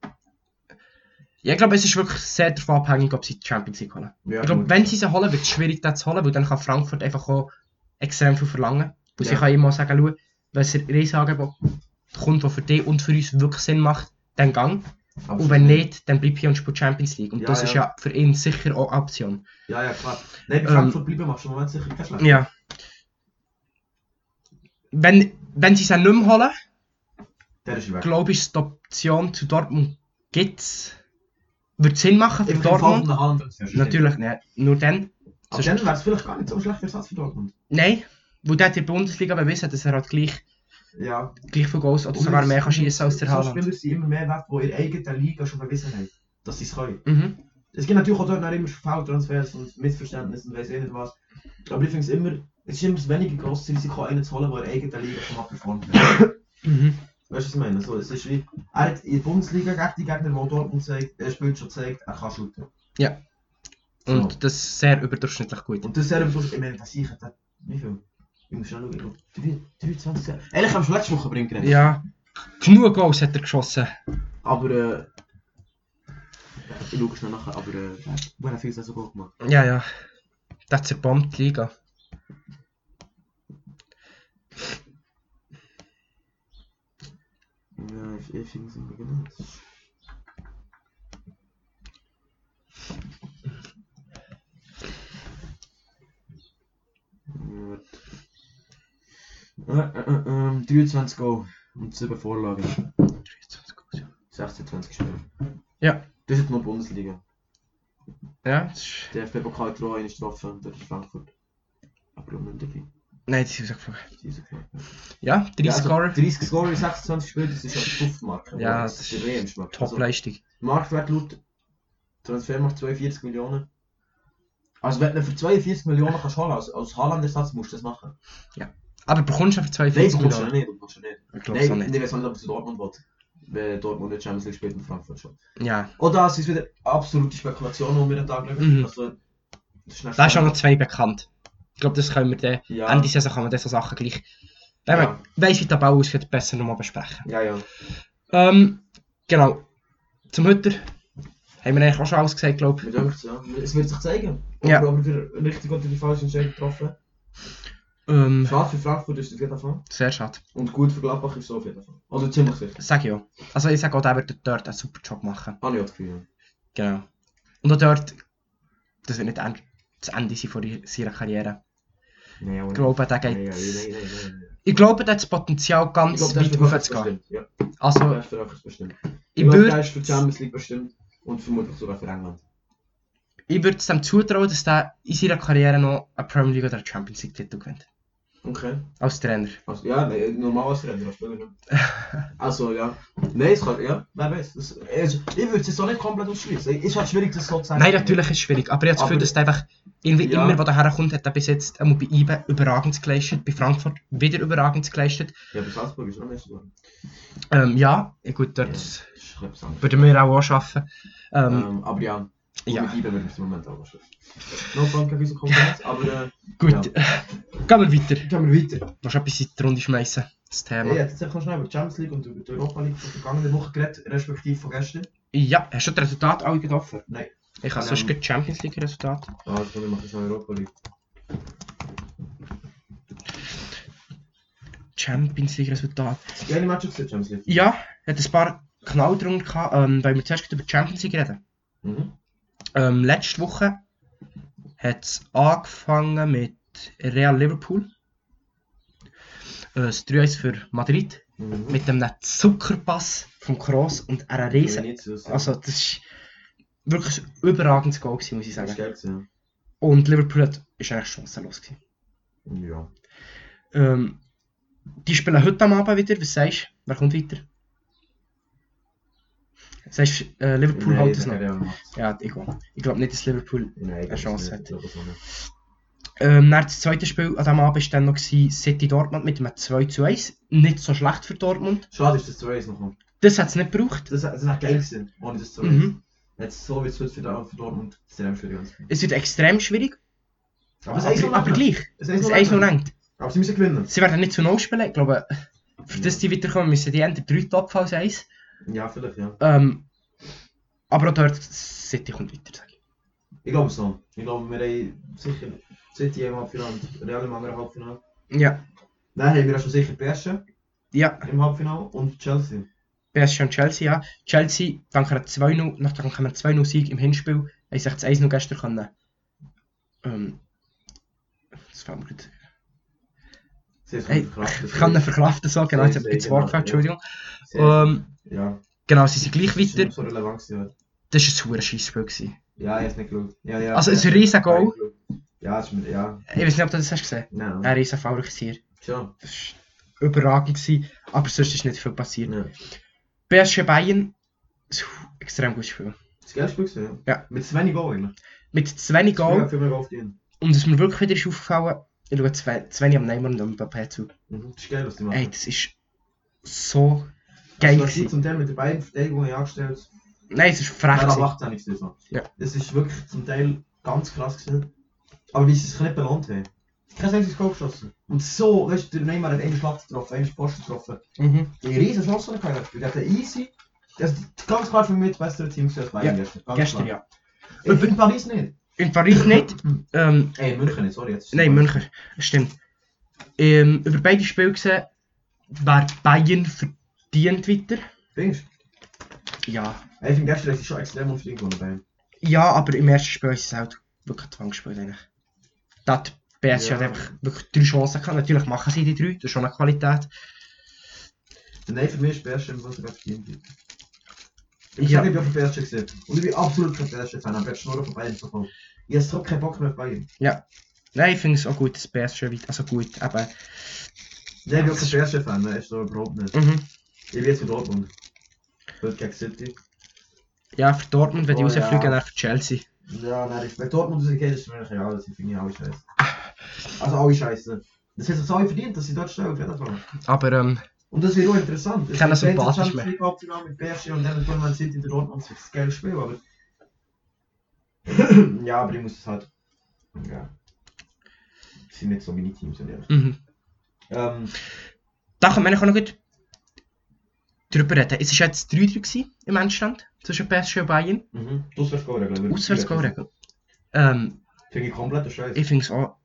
Speaker 2: Ja, ich glaube, es ist wirklich sehr davon abhängig, ob sie die Champions League holen.
Speaker 1: Ja,
Speaker 2: Ich glaube,
Speaker 1: gut.
Speaker 2: wenn sie sie holen, wird es schwierig, das zu holen, weil dann kann Frankfurt einfach auch extrem viel verlangen. Und sie
Speaker 1: Ja.
Speaker 2: kann immer sagen, schau, wenn es ein Riesenangebot kommt, das für dich und für uns wirklich Sinn macht, dann gang. Und
Speaker 1: Absolut.
Speaker 2: wenn nicht, dann bleib hier und spiel Champions League. Und
Speaker 1: Ja,
Speaker 2: das
Speaker 1: ja.
Speaker 2: ist ja für ihn sicher auch eine Option.
Speaker 1: Ja, ja, klar. Nein, bei
Speaker 2: Ähm.
Speaker 1: Frankfurt bleiben machst du im Moment sicher keinen Schlecht.
Speaker 2: Ja. Wenn, wenn sie es auch nicht mehr holen,
Speaker 1: Der ist weg.
Speaker 2: glaube ich, die Option zu Dortmund gibt es. Würde Sinn machen für
Speaker 1: Im Fall
Speaker 2: Dortmund?
Speaker 1: von Haaland-Transfer.
Speaker 2: Natürlich nicht. Nur dann.
Speaker 1: Aber dann wäre es vielleicht gar nicht so ein schlechter Ersatz für Dortmund.
Speaker 2: Nein, weil der hat in der Bundesliga bewiesen, dass er halt gleich,
Speaker 1: Ja.
Speaker 2: gleich viel Goals oder sogar mehr kann schießen als der
Speaker 1: So
Speaker 2: Haaland.
Speaker 1: Spieler sind immer mehr wert, die in ihrer eigenen Liga schon bewiesen haben, dass sie es können.
Speaker 2: Mhm.
Speaker 1: Es gibt natürlich auch dort noch immer Foul-Transfers und Missverständnisse und weiss ich nicht was. Aber ich finde es immer, es ist immer das wenige grosse Risiko, einen zu holen, der dus in der eigenen Liga schon mal performt hat.
Speaker 2: Mhm.
Speaker 1: weißt du, was ich meine? Also, es ist Dus wie, er hat in der Bundesliga gegen die Gegner, die Dortmund zeigt, er spielt schon zeigt, er kann shooten.
Speaker 2: Und
Speaker 1: So.
Speaker 2: das ist sehr überdurchschnittlich gut.
Speaker 1: Und das selber durch, ich meine, das ich hätte, wie viel? Ich muss schnell schauen, ich glaube, 23 Jahre. Ehrlich, haben wir schon letzte Woche bringen können.
Speaker 2: Ja, genug Goals hat er geschossen.
Speaker 1: Aber äh, ich schaue schnell nachher, aber äh, wo hat er viel so gut gemacht?
Speaker 2: Ja, ja. Der zerbombt die Liga.
Speaker 1: Ja, ich, ich finde es immer genau. Gut. Äh, äh, äh, äh, 23 Goal und 7 Vorlagen,
Speaker 2: 23 Goals, ja.
Speaker 1: 26 Spiele.
Speaker 2: Ja.
Speaker 1: Das ist jetzt nur Bundesliga.
Speaker 2: Ja, das ist...
Speaker 1: Der FB-Pokal hat auch einen getroffen, der ist Frankfurt. Aber auch nicht dabei.
Speaker 2: Nein, das ist ausgeflogen.
Speaker 1: Das ist rausgeflogen.
Speaker 2: Ja, 30
Speaker 1: Ja, also
Speaker 2: Scorer.
Speaker 1: 30 Scorer in 26 Spielen, das ist ja die Duftmarke.
Speaker 2: Ja,
Speaker 1: das
Speaker 2: das
Speaker 1: ist die WM-Marke.
Speaker 2: Top-Leistung.
Speaker 1: Marktwert laut Transfermarkt 42 Millionen. Also wenn du für 42 Millionen kannst holen, als, als Haaland-Ersatz musst du das machen.
Speaker 2: Aber bekommst du einfach
Speaker 1: Nein, du
Speaker 2: 42
Speaker 1: kommst ja
Speaker 2: Millionen?
Speaker 1: nicht, du kommst ja nicht.
Speaker 2: Ich glaube es auch
Speaker 1: Nein,
Speaker 2: nicht.
Speaker 1: ich weiß nicht, ob es Dortmund will. Wenn Dortmund nicht Champions League spielt in Frankfurt schon.
Speaker 2: Ja.
Speaker 1: Auch das ist wieder absolute Spekulation, die wir an den Tag legen.
Speaker 2: Mhm.
Speaker 1: Also, das ist nicht
Speaker 2: Da ist auch
Speaker 1: spannend.
Speaker 2: noch zwei bekannt. Ich glaube, das können wir dann...
Speaker 1: ja.
Speaker 2: Ende Saison kann man dann so Sachen gleich... Wenn man
Speaker 1: ja.
Speaker 2: weiss, wie der Bau aussieht, besser nochmal besprechen.
Speaker 1: ja, ja.
Speaker 2: Ähm, genau. Zum Hütter haben wir eigentlich auch schon alles gesagt, glaube
Speaker 1: Mir denkt ja. Es wird sich zeigen. Ob
Speaker 2: Ja.
Speaker 1: wir aber für richtig oder die falsche Entscheidung getroffen.
Speaker 2: ich. Ähm,
Speaker 1: Schade für Frankfurt ist auf jeden Fall.
Speaker 2: sehr schade.
Speaker 1: Und gut für Gladbach ist es auf jeden Fall. Also ziemlich sicher.
Speaker 2: Sag ich auch. Also ich sage auch, der wird dort einen super Job machen.
Speaker 1: Habe ich auch das Gefühl.
Speaker 2: Genau. Und auch dort, das wird nicht end- das Ende sein von ihrer- seiner Karriere.
Speaker 1: Nein, aber
Speaker 2: Ich glaube, der geht...
Speaker 1: Nein, ja, nein, nein, nein, nein.
Speaker 2: Ich glaube, der hat das Potenzial,
Speaker 1: Ich
Speaker 2: ganz
Speaker 1: glaube, der ist
Speaker 2: weit
Speaker 1: für Frankfurt
Speaker 2: hochzugehen.
Speaker 1: bestimmt. Ja, der
Speaker 2: Also,
Speaker 1: ist für Frankfurt bestimmt. Ich
Speaker 2: ich
Speaker 1: glaube,
Speaker 2: würde
Speaker 1: der ist für die Champions League bestimmt. Und vermutlich sogar für England.
Speaker 2: ich würde es dem zutrauen, dass der in seiner Karriere noch eine Premier League oder eine Champions League Titel gewinnt.
Speaker 1: Okay.
Speaker 2: Als Trainer.
Speaker 1: Also, ja, nein, normal als Trainer, als Spieler nicht. Also, ja. Nein, es kann, ja, wer weiß. Das, also, ich würde es jetzt auch nicht komplett ausschließen. Ist halt schwierig, das so zu sagen.
Speaker 2: Nein, natürlich ist es schwierig, aber ich habe das Gefühl,
Speaker 1: Aber-
Speaker 2: dass der einfach irgendwie
Speaker 1: Ja.
Speaker 2: immer, wo der herkommt, hat er bis jetzt einmal bei IBE überragend geleistet, bei Frankfurt wieder überragend geleistet.
Speaker 1: Ja, bei Salzburg ist noch nicht so.
Speaker 2: Ähm, ja, gut, dort
Speaker 1: Ja. Das ist ein bisschen anders.
Speaker 2: würden wir auch arbeiten. Ähm,
Speaker 1: Ähm, aber ja,
Speaker 2: Ja.
Speaker 1: mit IBE würde ich es im Moment auch schon. No Frank gegen unsere Konkurrenz, aber äh,
Speaker 2: gut, gehen wir weiter.
Speaker 1: gehen wir weiter.
Speaker 2: Du musst etwas in die Runde schmeißen, das Thema.
Speaker 1: Hey, jetzt haben wir schnell über die Champions League und über die Europa League von vergangenen Woche geredet, respektive von gestern.
Speaker 2: Ja, hast du das Resultat alle getroffen?
Speaker 1: Nein.
Speaker 2: Ich habe
Speaker 1: Ähm,
Speaker 2: sonst gerade Champions League Resultat.
Speaker 1: Ah, also wir machen schnell Europa League.
Speaker 2: Champions League-Resultat.
Speaker 1: Geile Matchup für die Champions League.
Speaker 2: Ja, hat ein paar Knall drunter gehabt, ähm, weil wir zuerst gerade über die Champions League reden.
Speaker 1: Mhm.
Speaker 2: Ähm, letzte Woche hat es angefangen mit Real Liverpool. Äh, Das 3-1 für Madrid
Speaker 1: Mhm.
Speaker 2: mit einem Zuckerpass von Kroos und einer riesen...
Speaker 1: Vinicius.
Speaker 2: Also das ist wirklich ein überragendes Goal gewesen, muss ich
Speaker 1: Das ist
Speaker 2: sagen.
Speaker 1: geil gewesen.
Speaker 2: Und Liverpool hat, ist eigentlich chancenlos gewesen.
Speaker 1: Ja.
Speaker 2: Ähm, die spielen heute am Abend wieder, was sagst du? Wer kommt weiter? Sagst du, äh, Liverpool
Speaker 1: Nein,
Speaker 2: hält es
Speaker 1: das
Speaker 2: noch?
Speaker 1: hätte ich auch gemacht.
Speaker 2: Ja, ich glaube ich glaub nicht, dass Liverpool...
Speaker 1: Nein, ich
Speaker 2: Eine
Speaker 1: glaube es
Speaker 2: Chance
Speaker 1: nicht. Ich glaube es auch nicht.
Speaker 2: Ähm, nach dem zweiten Spiel an diesem Abend war dann noch gewesen, City Dortmund mit einem 2 zu 1. Nicht so schlecht für Dortmund.
Speaker 1: Schade ist das 2-1 noch. gekommen.
Speaker 2: Das hat es nicht gebraucht.
Speaker 1: Das das wäre geil gewesen, ohne das 2-1.
Speaker 2: Mhm.
Speaker 1: Jetzt so wie es heute für Dortmund- für Dortmund extrem schwierig.
Speaker 2: Es wird extrem schwierig,
Speaker 1: Aber es ist
Speaker 2: aber, aber gleich.
Speaker 1: Es
Speaker 2: Es
Speaker 1: ist
Speaker 2: ist 1
Speaker 1: noch
Speaker 2: noch
Speaker 1: lang.
Speaker 2: lenkt.
Speaker 1: Aber sie müssen gewinnen.
Speaker 2: Sie werden nicht zu 0 spielen. Ich glaube, für
Speaker 1: Ja.
Speaker 2: das die weiterkommen, müssen die entweder 3 Topf als 1.
Speaker 1: Ja, vielleicht, ja.
Speaker 2: Ähm, aber auch dort, City kommt weiter, sage ich.
Speaker 1: Ich glaube so. Ich glaube, wir haben sicher City im Halbfinale, Real im anderen Halbfinale.
Speaker 2: Ja,
Speaker 1: Dann haben wir auch schon sicher PSG
Speaker 2: ja.
Speaker 1: im Halbfinale und Chelsea.
Speaker 2: PSG und Chelsea, ja. Chelsea, dank einer 2-0, nach dem 2-0-Sieg im Hinspiel, haben sich das 1-0 gestern können. Ähm, das fällt mir gerade
Speaker 1: Sie haben
Speaker 2: Hey,
Speaker 1: es verkraftet.
Speaker 2: Ich kann ihn verkraften, so, genau, jetzt habe ich
Speaker 1: Sehr,
Speaker 2: jetzt
Speaker 1: sehr
Speaker 2: Wort gefällt,
Speaker 1: genau,
Speaker 2: Entschuldigung.
Speaker 1: Sie haben-
Speaker 2: Ähm,
Speaker 1: Ja,
Speaker 2: genau, sie sind gleich
Speaker 1: das ist
Speaker 2: weiter.
Speaker 1: nicht so relevant gewesen. heute.
Speaker 2: Das war ein hoher Scheissspiel. gewesen.
Speaker 1: Ja, ich habe es nicht geschaut. Ja, ja,
Speaker 2: Also,
Speaker 1: ja,
Speaker 2: es ist ein riesen Goal.
Speaker 1: Ja, es ist mir. Ja, Nou,
Speaker 2: Ich weiß nicht, ob du das hast gesehen
Speaker 1: nein.
Speaker 2: hast. Ein riesen Foul war hier.
Speaker 1: Schon.
Speaker 2: Das war überragend, gewesen, aber sonst ist nicht viel passiert.
Speaker 1: Ja.
Speaker 2: PSG Bayern, ein hu- extrem gutes Spiel.
Speaker 1: Das geilste Spiel gewesen,
Speaker 2: Ja.
Speaker 1: Mit zu wenig Goal eigentlich.
Speaker 2: Mit zu wenig
Speaker 1: Ich
Speaker 2: Goal
Speaker 1: habe viel mehr Goal verdient.
Speaker 2: und es mir wirklich wieder ist aufgefallen, ich schaue zu- zu wenig am Neymar und am Mbappé zu.
Speaker 1: Mhm, Das ist geil, was die
Speaker 2: Ey,
Speaker 1: machen.
Speaker 2: das ist so geil.
Speaker 1: Also,
Speaker 2: gewesen.
Speaker 1: zum Teil mit den beiden Verteidigungen angestellt.
Speaker 2: Nein, es ist frech.
Speaker 1: Ja, da
Speaker 2: gewesen.
Speaker 1: macht es nichts davon.
Speaker 2: Ja.
Speaker 1: Es ist wirklich zum Teil ganz krass gewesen. Aber wie sie es nicht belohnt haben. Kein einziges Goal geschossen. Und so, weißt du, der Neymar hat einen Schlag getroffen, einen Posten getroffen.
Speaker 2: Mhm.
Speaker 1: Eine riesen Chance gehabt. hat. Der hat einen easy. Also ganz klar für mich das bessere Team gewesen als Bayern
Speaker 2: Ja,
Speaker 1: gestern. Ganz
Speaker 2: Gestern,
Speaker 1: klar. Mhm.
Speaker 2: ja.
Speaker 1: Ich bin Paris nicht.
Speaker 2: In Paris nicht. Ähm,
Speaker 1: Ey, München nicht, sorry. Jetzt ist
Speaker 2: Nein, München. Stimmt. Ähm, über beide Spiele gesehen, wer Bayern verdient weiter.
Speaker 1: Dings.
Speaker 2: Ja.
Speaker 1: Ey, ich finde gestern ist schon extrem unverdient gewonnen bei ihm.
Speaker 2: Ja, aber im ersten Spiel ist es halt wirklich zwangsgespielt eigentlich. Da hat PSG
Speaker 1: Ja.
Speaker 2: hat halt einfach wirklich drei Chancen gehabt. Natürlich machen sie die drei, das ist schon eine Qualität.
Speaker 1: Nein, für mich ist PSG im Winter ganz verdient. Ich
Speaker 2: Ja.
Speaker 1: ja. bin auch von PSG gesehen. Und ich bin absolut kein PSG-Fan, aber ich bin nur von Bayern zu kommen. Ich habe so keinen Bock mehr auf Bayern.
Speaker 2: Nein, ich finde es auch gut, dass PSG weit, also gut, aber...
Speaker 1: Nein, ich bin auch kein PSG-Fan, ne? ist so überhaupt nicht.
Speaker 2: Mhm.
Speaker 1: Ich bin jetzt für Dortmund. Heute gegen City.
Speaker 2: Ja, für Dortmund, wenn die
Speaker 1: Oh,
Speaker 2: rausfliegen,
Speaker 1: ja.
Speaker 2: dann für Chelsea.
Speaker 1: Ja, nein, ich, wenn Dortmund rausgeht, ist mir egal, das finde ich alle scheiße. Also alle scheiße. Das hätten sie alle verdient, dass sie dort stehen auf jeden Fall.
Speaker 2: Aber ähm,
Speaker 1: Und das wird auch interessant.
Speaker 2: Ich kann das
Speaker 1: Es wird
Speaker 2: sympathisch
Speaker 1: jetzt Champions League Halbfinale mit PSG und dann Dortmund City in Dortmund, das ist ein geiles Spiel, aber... ja, aber ich muss es halt... Ja. Das sind nicht so meine Teams, ehrlich.
Speaker 2: mhm.
Speaker 1: Ähm,
Speaker 2: da können wir eigentlich auch noch gut drüber reden. Es war jetzt 3-3 gewesen im Endstand zwischen PSG und Bayern.
Speaker 1: mhm. Auswärtsgoal, glaube ich.
Speaker 2: Auswärtsgoal-Regel. Ähm,
Speaker 1: Finde ich komplett scheiße.
Speaker 2: ich finde es auch.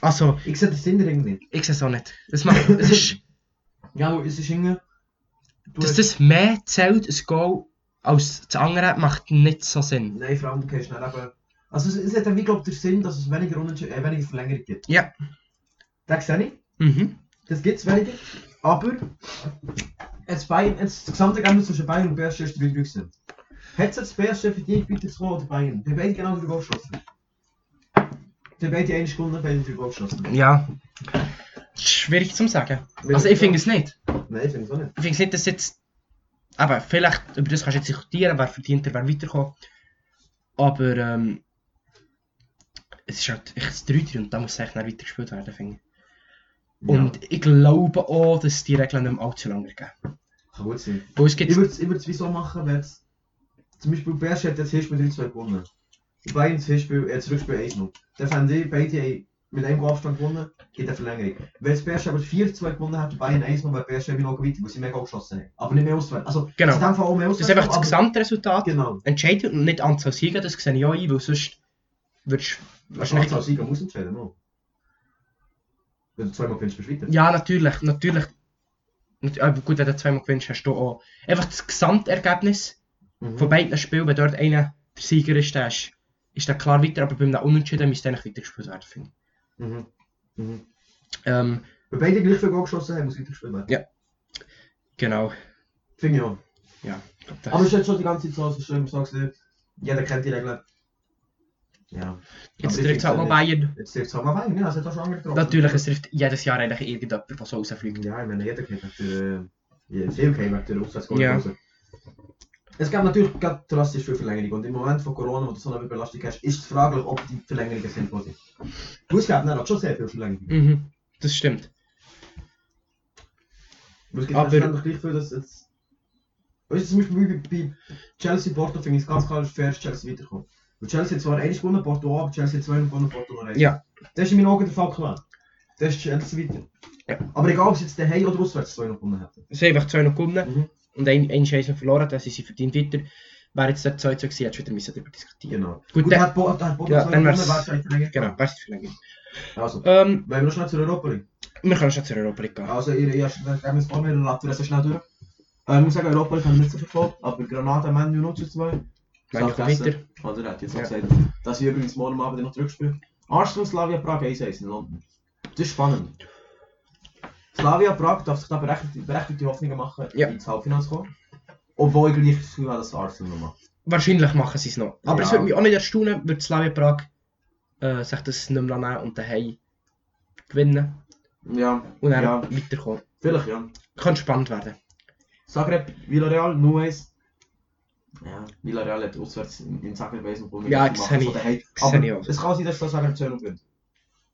Speaker 2: Also,
Speaker 1: Ich sehe den Sinn irgendwie nicht.
Speaker 2: ich sehe es auch nicht. Das macht, es ist,
Speaker 1: Ja, aber es ist irgendwie. Du
Speaker 2: dass
Speaker 1: hast-
Speaker 2: das mehr zählt, ein Goal, als das andere, macht nicht so Sinn.
Speaker 1: Nein, vor allem, du kannst nicht eben. Also, es, es hat dann, wie glaube ich, den Sinn, dass es weniger, Unentschieden- äh, weniger Verlängerung gibt.
Speaker 2: Ja.
Speaker 1: Das sehe ich.
Speaker 2: Mhm.
Speaker 1: Das gibt es weniger. Aber. Jetzt Bayern, jetzt das gesamte Ergebnis zwischen Bayern und PSG ist 3 gewesen. Hätte es jetzt PSG verdient, bitte zu oder Bayern? Die haben beide genau drüber geschossen. Die haben beide eine Sekunde, beide drüber geschossen.
Speaker 2: Ja. Schwierig zu sagen. Also, ich finde es nicht.
Speaker 1: Nein, ich finde es auch nicht.
Speaker 2: Ich finde es nicht, dass jetzt. Aber vielleicht, über das kannst du jetzt diskutieren, wer verdient, wer weiterkommt. Aber, ähm. Es ist halt echt ein 3-3 und da muss eigentlich noch weitergespielt werden, finde ich. Und ich glaube auch, dass die Regeln nicht mehr allzu lange gehen.
Speaker 1: Ja, kann gut sein.
Speaker 2: Weil es gibt
Speaker 1: Ich würde es ich würd's wie so machen, wenn es. Zum Beispiel Bersch hat das Hinspiel 3-2 gewonnen. Und Bayern das Hinspiel, äh, das Rückspiel 1-0. Dann haben die beide haben mit einem Goal Abstand gewonnen, geht eine Verlängerung. Wenn es Bersch aber 4-2 gewonnen hat, Bayern 1-0, weil Bersch wie noch weiter, weil sie mega geschossen haben. Aber nicht mehr auswärts. Also,
Speaker 2: Genau.
Speaker 1: in dem Fall auch mehr
Speaker 2: Das
Speaker 1: auswärts.
Speaker 2: ist einfach das
Speaker 1: aber-
Speaker 2: Gesamtresultat
Speaker 1: Genau.
Speaker 2: entscheidet und nicht die Anzahl Sieger, das sehe ich auch ein, weil sonst würdest du
Speaker 1: Wahrscheinlich
Speaker 2: wahrscheinlich...
Speaker 1: als Sieger muss entscheiden, no. Wenn du zweimal gewinnst, bist du weiter.
Speaker 2: Ja, natürlich, natürlich. Nat- Aber gut, wenn du zweimal gewinnst, hast du auch einfach das Gesamtergebnis
Speaker 1: Mhm.
Speaker 2: von beiden Spielen, wenn dort einer der Sieger ist, dann ist, ist dann klar weiter, aber beim Unentschieden müsste eigentlich weitergespielt werden, finde ich.
Speaker 1: Mhm. Mhm.
Speaker 2: Ähm,
Speaker 1: Wenn beide gleich viel Goal geschossen haben, muss weitergespielt werden.
Speaker 2: genau.
Speaker 1: Finde ich auch.
Speaker 2: Ja, ich glaub, das-
Speaker 1: Aber es ist jetzt schon die ganze Zeit so, es ist schon immer so gewesen. Jeder kennt die Regeln. Ja.
Speaker 2: Jetzt
Speaker 1: aber ich
Speaker 2: trifft es halt
Speaker 1: find's
Speaker 2: mal
Speaker 1: ja
Speaker 2: Bayern.
Speaker 1: Jetzt trifft es halt mal Bayern, ja, es hat auch schon andere getroffen.
Speaker 2: Natürlich, es trifft jedes Jahr eigentlich irgendjemand, der so rausfliegt.
Speaker 1: Ja, ich meine, jeder kennt natürlich. äh, Ja, veel kennen natuurlijk Auswärtsgoal.
Speaker 2: Ja.
Speaker 1: Es gab natürlich gerade drastisch viel Verlängerung und im Moment von Corona, wo du so eine Überlastung hast, ist es fraglich, ob die Verlängerungen sinnvoll sind. Du, es gab dann auch schon sehr viel Verlängerung.
Speaker 2: Mhm, das stimmt.
Speaker 1: Aber es gibt
Speaker 2: Aber-
Speaker 1: verständlich gleich viel, dass jetzt... Weißt du, zum Beispiel bei- bei Chelsea-Porto finde ich es ganz klar, dass fair ist, Chelsea weiterkommt. Weil Chelsea hat zwar eins gewonnen, Porto aber Chelsea hat zwei gewonnen, Porto noch eins.
Speaker 2: Ja.
Speaker 1: Das ist in meinen Augen der Fall klar. Das ist Chelsea weiter.
Speaker 2: Ja.
Speaker 1: Aber egal, ob sie jetzt daheim oder auswärts zwei noch gewonnen hätten.
Speaker 2: Sie haben einfach zwei noch gewonnen
Speaker 1: Mhm.
Speaker 2: und ein, ein Scheiß noch verloren, das ist sie verdient weiter. Wäre jetzt der 2 gewesen, hättest du wieder müssen darüber diskutieren.
Speaker 1: Genau.
Speaker 2: Gut,
Speaker 1: Gut,
Speaker 2: dann-
Speaker 1: dann hat Bo- hat Porto
Speaker 2: Ja,
Speaker 1: zwei
Speaker 2: dann
Speaker 1: gewonnen,
Speaker 2: wär's-
Speaker 1: wäre es vielleicht länger
Speaker 2: Genau,
Speaker 1: gegangen.
Speaker 2: weißt du vielleicht.
Speaker 1: Also,
Speaker 2: Ähm,
Speaker 1: wenn wir noch schnell zur Europa League.
Speaker 2: wir können schon zur Europa League gehen.
Speaker 1: Also, ihr, ihr, ihr habt es vorher erlaubt, wir das schnell durch. Äh, ich muss sagen, Europa League haben wir nicht so verfolgt, aber Granada, Man, United 2.
Speaker 2: Meine ich weiter.
Speaker 1: Oder er hat jetzt auch
Speaker 2: Ja.
Speaker 1: gesagt, dass wir übrigens morgen Abend noch zurückspielen. Arsenal, Slavia Prag 1-1 in London. Das ist spannend. Slavia Prag darf sich da berechtigte, berechtigte Hoffnungen machen,
Speaker 2: Ja.
Speaker 1: ins Halbfinale zu kommen. Obwohl ich gleich das Gefühl habe, dass Arsenal noch macht.
Speaker 2: Wahrscheinlich machen sie es noch. Aber
Speaker 1: Ja.
Speaker 2: es würde mich auch nicht erstaunen, würde Slavia Prag äh, sich das nicht mehr annehmen und daheim gewinnen
Speaker 1: Ja,
Speaker 2: und dann
Speaker 1: ja,
Speaker 2: weiterkommen.
Speaker 1: vielleicht ja.
Speaker 2: Könnte spannend werden.
Speaker 1: Zagreb, Villarreal, Nuez. Ja, Villarreal hat auswärts in, in Zagreb 1 und
Speaker 2: Ja, ich sehe nicht. Ich sehe nicht
Speaker 1: Aber
Speaker 2: aus.
Speaker 1: es kann sein, dass das Zagreb 2 noch gewinnt.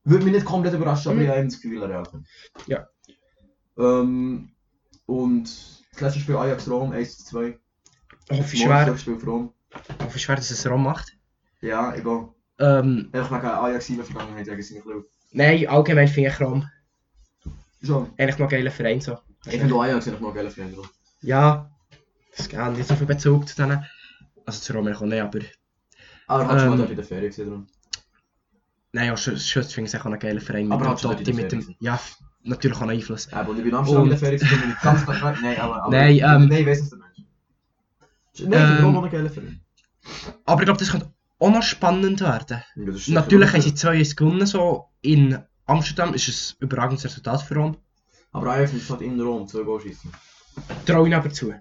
Speaker 1: Würde mich nicht komplett überraschen, aber
Speaker 2: Mhm.
Speaker 1: ich habe das Gefühl, Villarreal gewinnt.
Speaker 2: Ja.
Speaker 1: Ähm, und das letzte Spiel Ajax Rom 1 zu 2.
Speaker 2: Hoffe ich
Speaker 1: Morgen
Speaker 2: schwer,
Speaker 1: das Spiel für Rom.
Speaker 2: hoffe ich schwer dass es Rom macht.
Speaker 1: Ja, egal.
Speaker 2: Ähm,
Speaker 1: Einfach wegen Ajax in der Vergangenheit gegen seinen Club.
Speaker 2: nein, allgemein finde ich Rom
Speaker 1: Schon.
Speaker 2: eigentlich noch ein geiler Verein. So.
Speaker 1: Ich finde Ajax eigentlich noch geil Freunde.
Speaker 2: Ja, es haben nicht so viel Bezug zu denen. Also zu Rom eigentlich auch nicht, aber
Speaker 1: Aber hat schon mal
Speaker 2: Ähm.
Speaker 1: dort in der Ferien gesehen. darum.
Speaker 2: nein, ja, Schütz Schütz finde ich auch noch ein geiler Verein.
Speaker 1: Aber
Speaker 2: dem
Speaker 1: hat schon
Speaker 2: Totti,
Speaker 1: die
Speaker 2: mit dem,
Speaker 1: Ferien.
Speaker 2: Ja, f- natürlich auch noch Einfluss.
Speaker 1: Ja, aber ich bin am Schluss in der Ferien gesehen, bin ich ganz klar weg. Nein, aber. aber
Speaker 2: Nee, ehm.
Speaker 1: Nein, weiss es der Mensch. Nein,
Speaker 2: Ehm.
Speaker 1: ähm, ich bin auch noch geil Ferien.
Speaker 2: Aber ich glaube, das könnte auch noch spannend werden. Natürlich haben sie 2-1 gewonnen, so in Amsterdam dus ist es ein überragendes Resultat für Rom.
Speaker 1: Aber Ajax muss halt in Rom zwei Goal schießen.
Speaker 2: Traue ihn aber zu.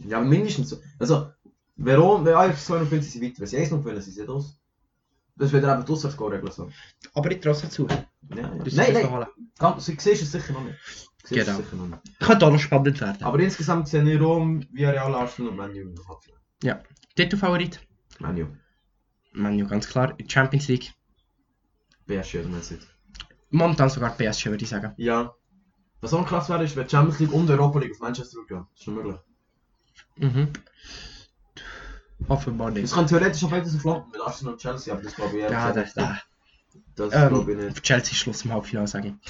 Speaker 1: Ja, aber mindestens so. Also, wenn Rom, wenn Ajax 2 noch gewinnt, sind sie weiter. Wenn sie 1 noch gewinnen, sind sie aus. Das wird einfach die Auswärtsgoal-Regel so.
Speaker 2: Aber ich traue es zu.
Speaker 1: Ja, ja.
Speaker 2: Das
Speaker 1: Nein,
Speaker 2: ist
Speaker 1: nein,
Speaker 2: holen.
Speaker 1: ganz, sie siehst es sicher noch nicht. Sie siehst es
Speaker 2: Genau.
Speaker 1: sicher noch nicht.
Speaker 2: Könnte auch noch spannend werden.
Speaker 1: Aber insgesamt sehe ich Rom, Villarreal, Arsenal und Manu im Halbfinale.
Speaker 2: Titelfavorit?
Speaker 1: Manu,
Speaker 2: Manu, ganz klar. In der Champions League.
Speaker 1: PSG oder Man City.
Speaker 2: Momentan sogar PSG, würde ich sagen.
Speaker 1: Ja. Was auch krass wäre, ist, wenn die Champions League und Europa League auf Manchester gehen. Das ist schon möglich.
Speaker 2: Mhm. Offenbar
Speaker 1: Es
Speaker 2: nicht.
Speaker 1: kann theoretisch auch beides auf London mit Arsenal und Chelsea, aber das glaube ich ehrlich
Speaker 2: Ja, da,
Speaker 1: gesagt
Speaker 2: da.
Speaker 1: nicht. Das
Speaker 2: Ähm,
Speaker 1: glaube ich nicht.
Speaker 2: Auf Chelsea Schluss im Halbfinale sagen.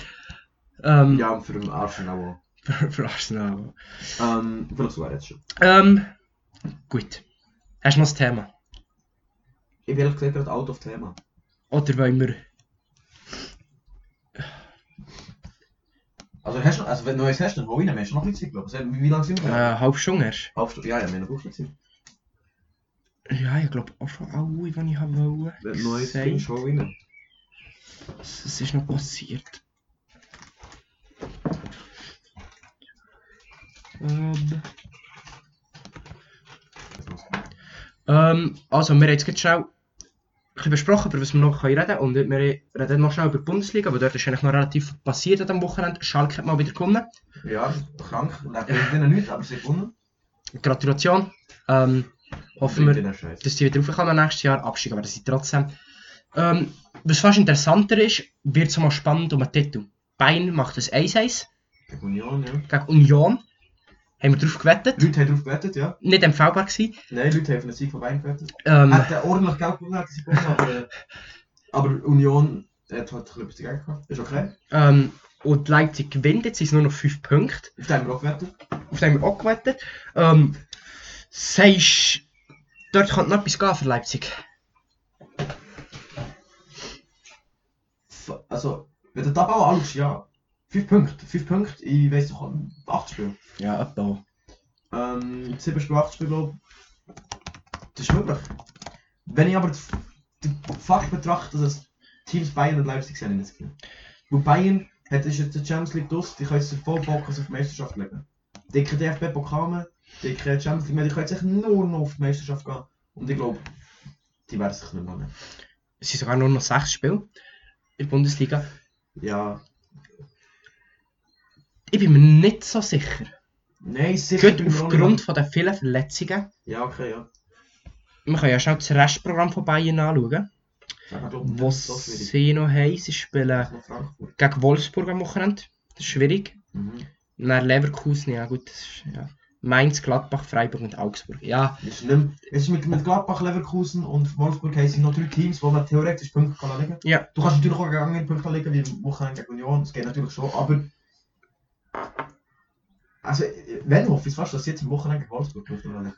Speaker 2: Ähm,
Speaker 1: Ja, und für den Arsenal
Speaker 2: für, für Arsenal. aber-
Speaker 1: auch. Ähm, vielleicht sogar jetzt schon.
Speaker 2: Ähm, gut. Hast du noch das Thema?
Speaker 1: Ich bin ehrlich gesagt gerade out of Thema.
Speaker 2: Oder wollen wir...
Speaker 1: Also, hast du, also wenn du neues hast, dann hol ich ihn. Wir haben noch nicht Zeit, glaube ich. Also, Wie, wie lange sind wir? noch?
Speaker 2: Äh, halb Stunde erst?
Speaker 1: Halbstunde. Ja, ja, wir haben noch gut Zeit.
Speaker 2: Ja, ich glaube auch schon alle, die ich habe wollen.
Speaker 1: Wenn du Äh, neues
Speaker 2: gesagt.
Speaker 1: findest, hol ich ihn.
Speaker 2: Es ist noch passiert. Ähm. Ähm, also, wir haben jetzt gerade schnell ein bisschen besprochen, über was wir noch reden können. Und wir reden noch schnell über die Bundesliga, weil dort ist eigentlich noch relativ viel passiert an diesem Wochenende. Schalke hat mal wieder gewonnen.
Speaker 1: Ja, krank. Lebt mit denen nicht, aber sie gewonnen.
Speaker 2: Gratulation. Ähm, hoffen wir,
Speaker 1: Den Scheiß.
Speaker 2: dass die wieder raufkommen nächstes Jahr. Absteigen werden sie trotzdem. Ähm, was fast interessanter ist, wird es mal spannend um den Titel. Bayern macht das 1-1
Speaker 1: Gegen Union, ja.
Speaker 2: gegen Union. Haben wir drauf gewettet.
Speaker 1: Leute haben drauf gewettet, ja.
Speaker 2: Nicht empfehlbar gewesen.
Speaker 1: Nein, Leute haben auf den Sieg von Bayern gewettet.
Speaker 2: Ähm,
Speaker 1: Hat er ordentlich Geld gewonnen, hat er sie gewonnen, aber, äh, aber Union hat halt ein bisschen Geld gehabt. Ist okay.
Speaker 2: ähm, und Leipzig gewinnt, jetzt sind es nur noch 5 Punkte.
Speaker 1: Auf den haben wir auch gewettet.
Speaker 2: Auf den haben wir auch gewettet. Ähm, sagst dort könnte noch etwas gehen für Leipzig.
Speaker 1: F- Also, wenn du Tabau anschaust, ja. 5 Punkte. 5 Punkte in, weiss ich, 8 Spielen.
Speaker 2: Ja, etwa.
Speaker 1: Ähm, 7 Spiele, 8 Spiele, glaube Das ist möglich. Wenn ich aber den Fakt betrachte, dass es Teams Bayern und Leipzig sind, das Gefühl. Weil Bayern hat, ist jetzt die Champions League durch, die können jetzt voll Fokus auf die Meisterschaft legen. Die können DFB-Pokal mehr, die können die Champions League mehr, die können jetzt echt nur noch auf die Meisterschaft gehen. Und ich glaube, die werden sich nicht mehr nehmen.
Speaker 2: Es sind sogar nur noch 6 Spiele in der Bundesliga.
Speaker 1: Ja,
Speaker 2: Ich bin mir nicht so sicher.
Speaker 1: nein, sicher.
Speaker 2: Gut,
Speaker 1: bin ich mir auch nicht-
Speaker 2: aufgrund von der vielen Verletzungen.
Speaker 1: Ja, okay, ja.
Speaker 2: Wir können ja schnell das Restprogramm von Bayern anschauen.
Speaker 1: Ich glaube, nicht,
Speaker 2: Was
Speaker 1: das will ich.
Speaker 2: sie noch haben, sie spielen
Speaker 1: Das ist noch Frankfurt.
Speaker 2: gegen Wolfsburg am Wochenende. Das ist schwierig.
Speaker 1: Mhm.
Speaker 2: Und dann Leverkusen, ja gut, das ist, ja. Mainz, Gladbach, Freiburg und Augsburg. Ja,
Speaker 1: Es ist, nicht mehr, es ist mit, mit Gladbach, Leverkusen und Wolfsburg haben sie noch drei Teams, die man theoretisch Punkte kann liegen kann.
Speaker 2: ja.
Speaker 1: Du kannst natürlich auch gegen andere Punkte liegen, wie Wochenende gegen Union, das geht natürlich schon, aber... Also, äh, wenn hoffe ich fast, dass sie jetzt am Wochenende gegen Wolfsburg Punkte liegen.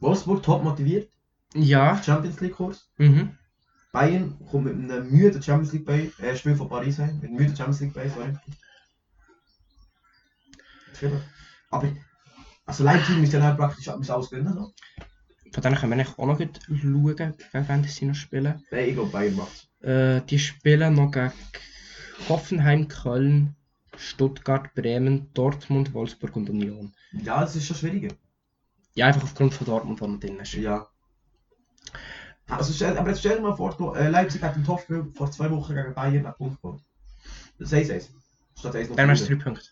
Speaker 1: Wolfsburg top motiviert,
Speaker 2: Ja,
Speaker 1: Champions League-Kurs.
Speaker 2: mhm.
Speaker 1: Bayern kommt mit einem müden eh, Champions League bei, äh, Spiel von Paris heim, mit einem müden Champions League bei, sorry. Vielleicht. Aber, also Leipzig müssen ja dann praktisch müssen alles gewinnen. ne?
Speaker 2: Von denen können wir eigentlich auch noch gut schauen, gegen wen sie noch spielen.
Speaker 1: Nein, ich glaube Bayern macht's.
Speaker 2: Äh, die spielen noch gegen Hoffenheim, Köln, Stuttgart, Bremen, Dortmund, Wolfsburg und Union.
Speaker 1: Ja, es ist schon schwieriger.
Speaker 2: Ja, einfach aufgrund von Dortmund, wo man drin ist.
Speaker 1: Ja. Also stell, aber jetzt stell dir mal vor, du, äh, Leipzig hat ein Topspiel vor zwei Wochen gegen Bayern einen Punkt geholt. Das ist 1-1. Statt 1 noch
Speaker 2: Dann wär's
Speaker 1: verlieren.
Speaker 2: 3 Punkte.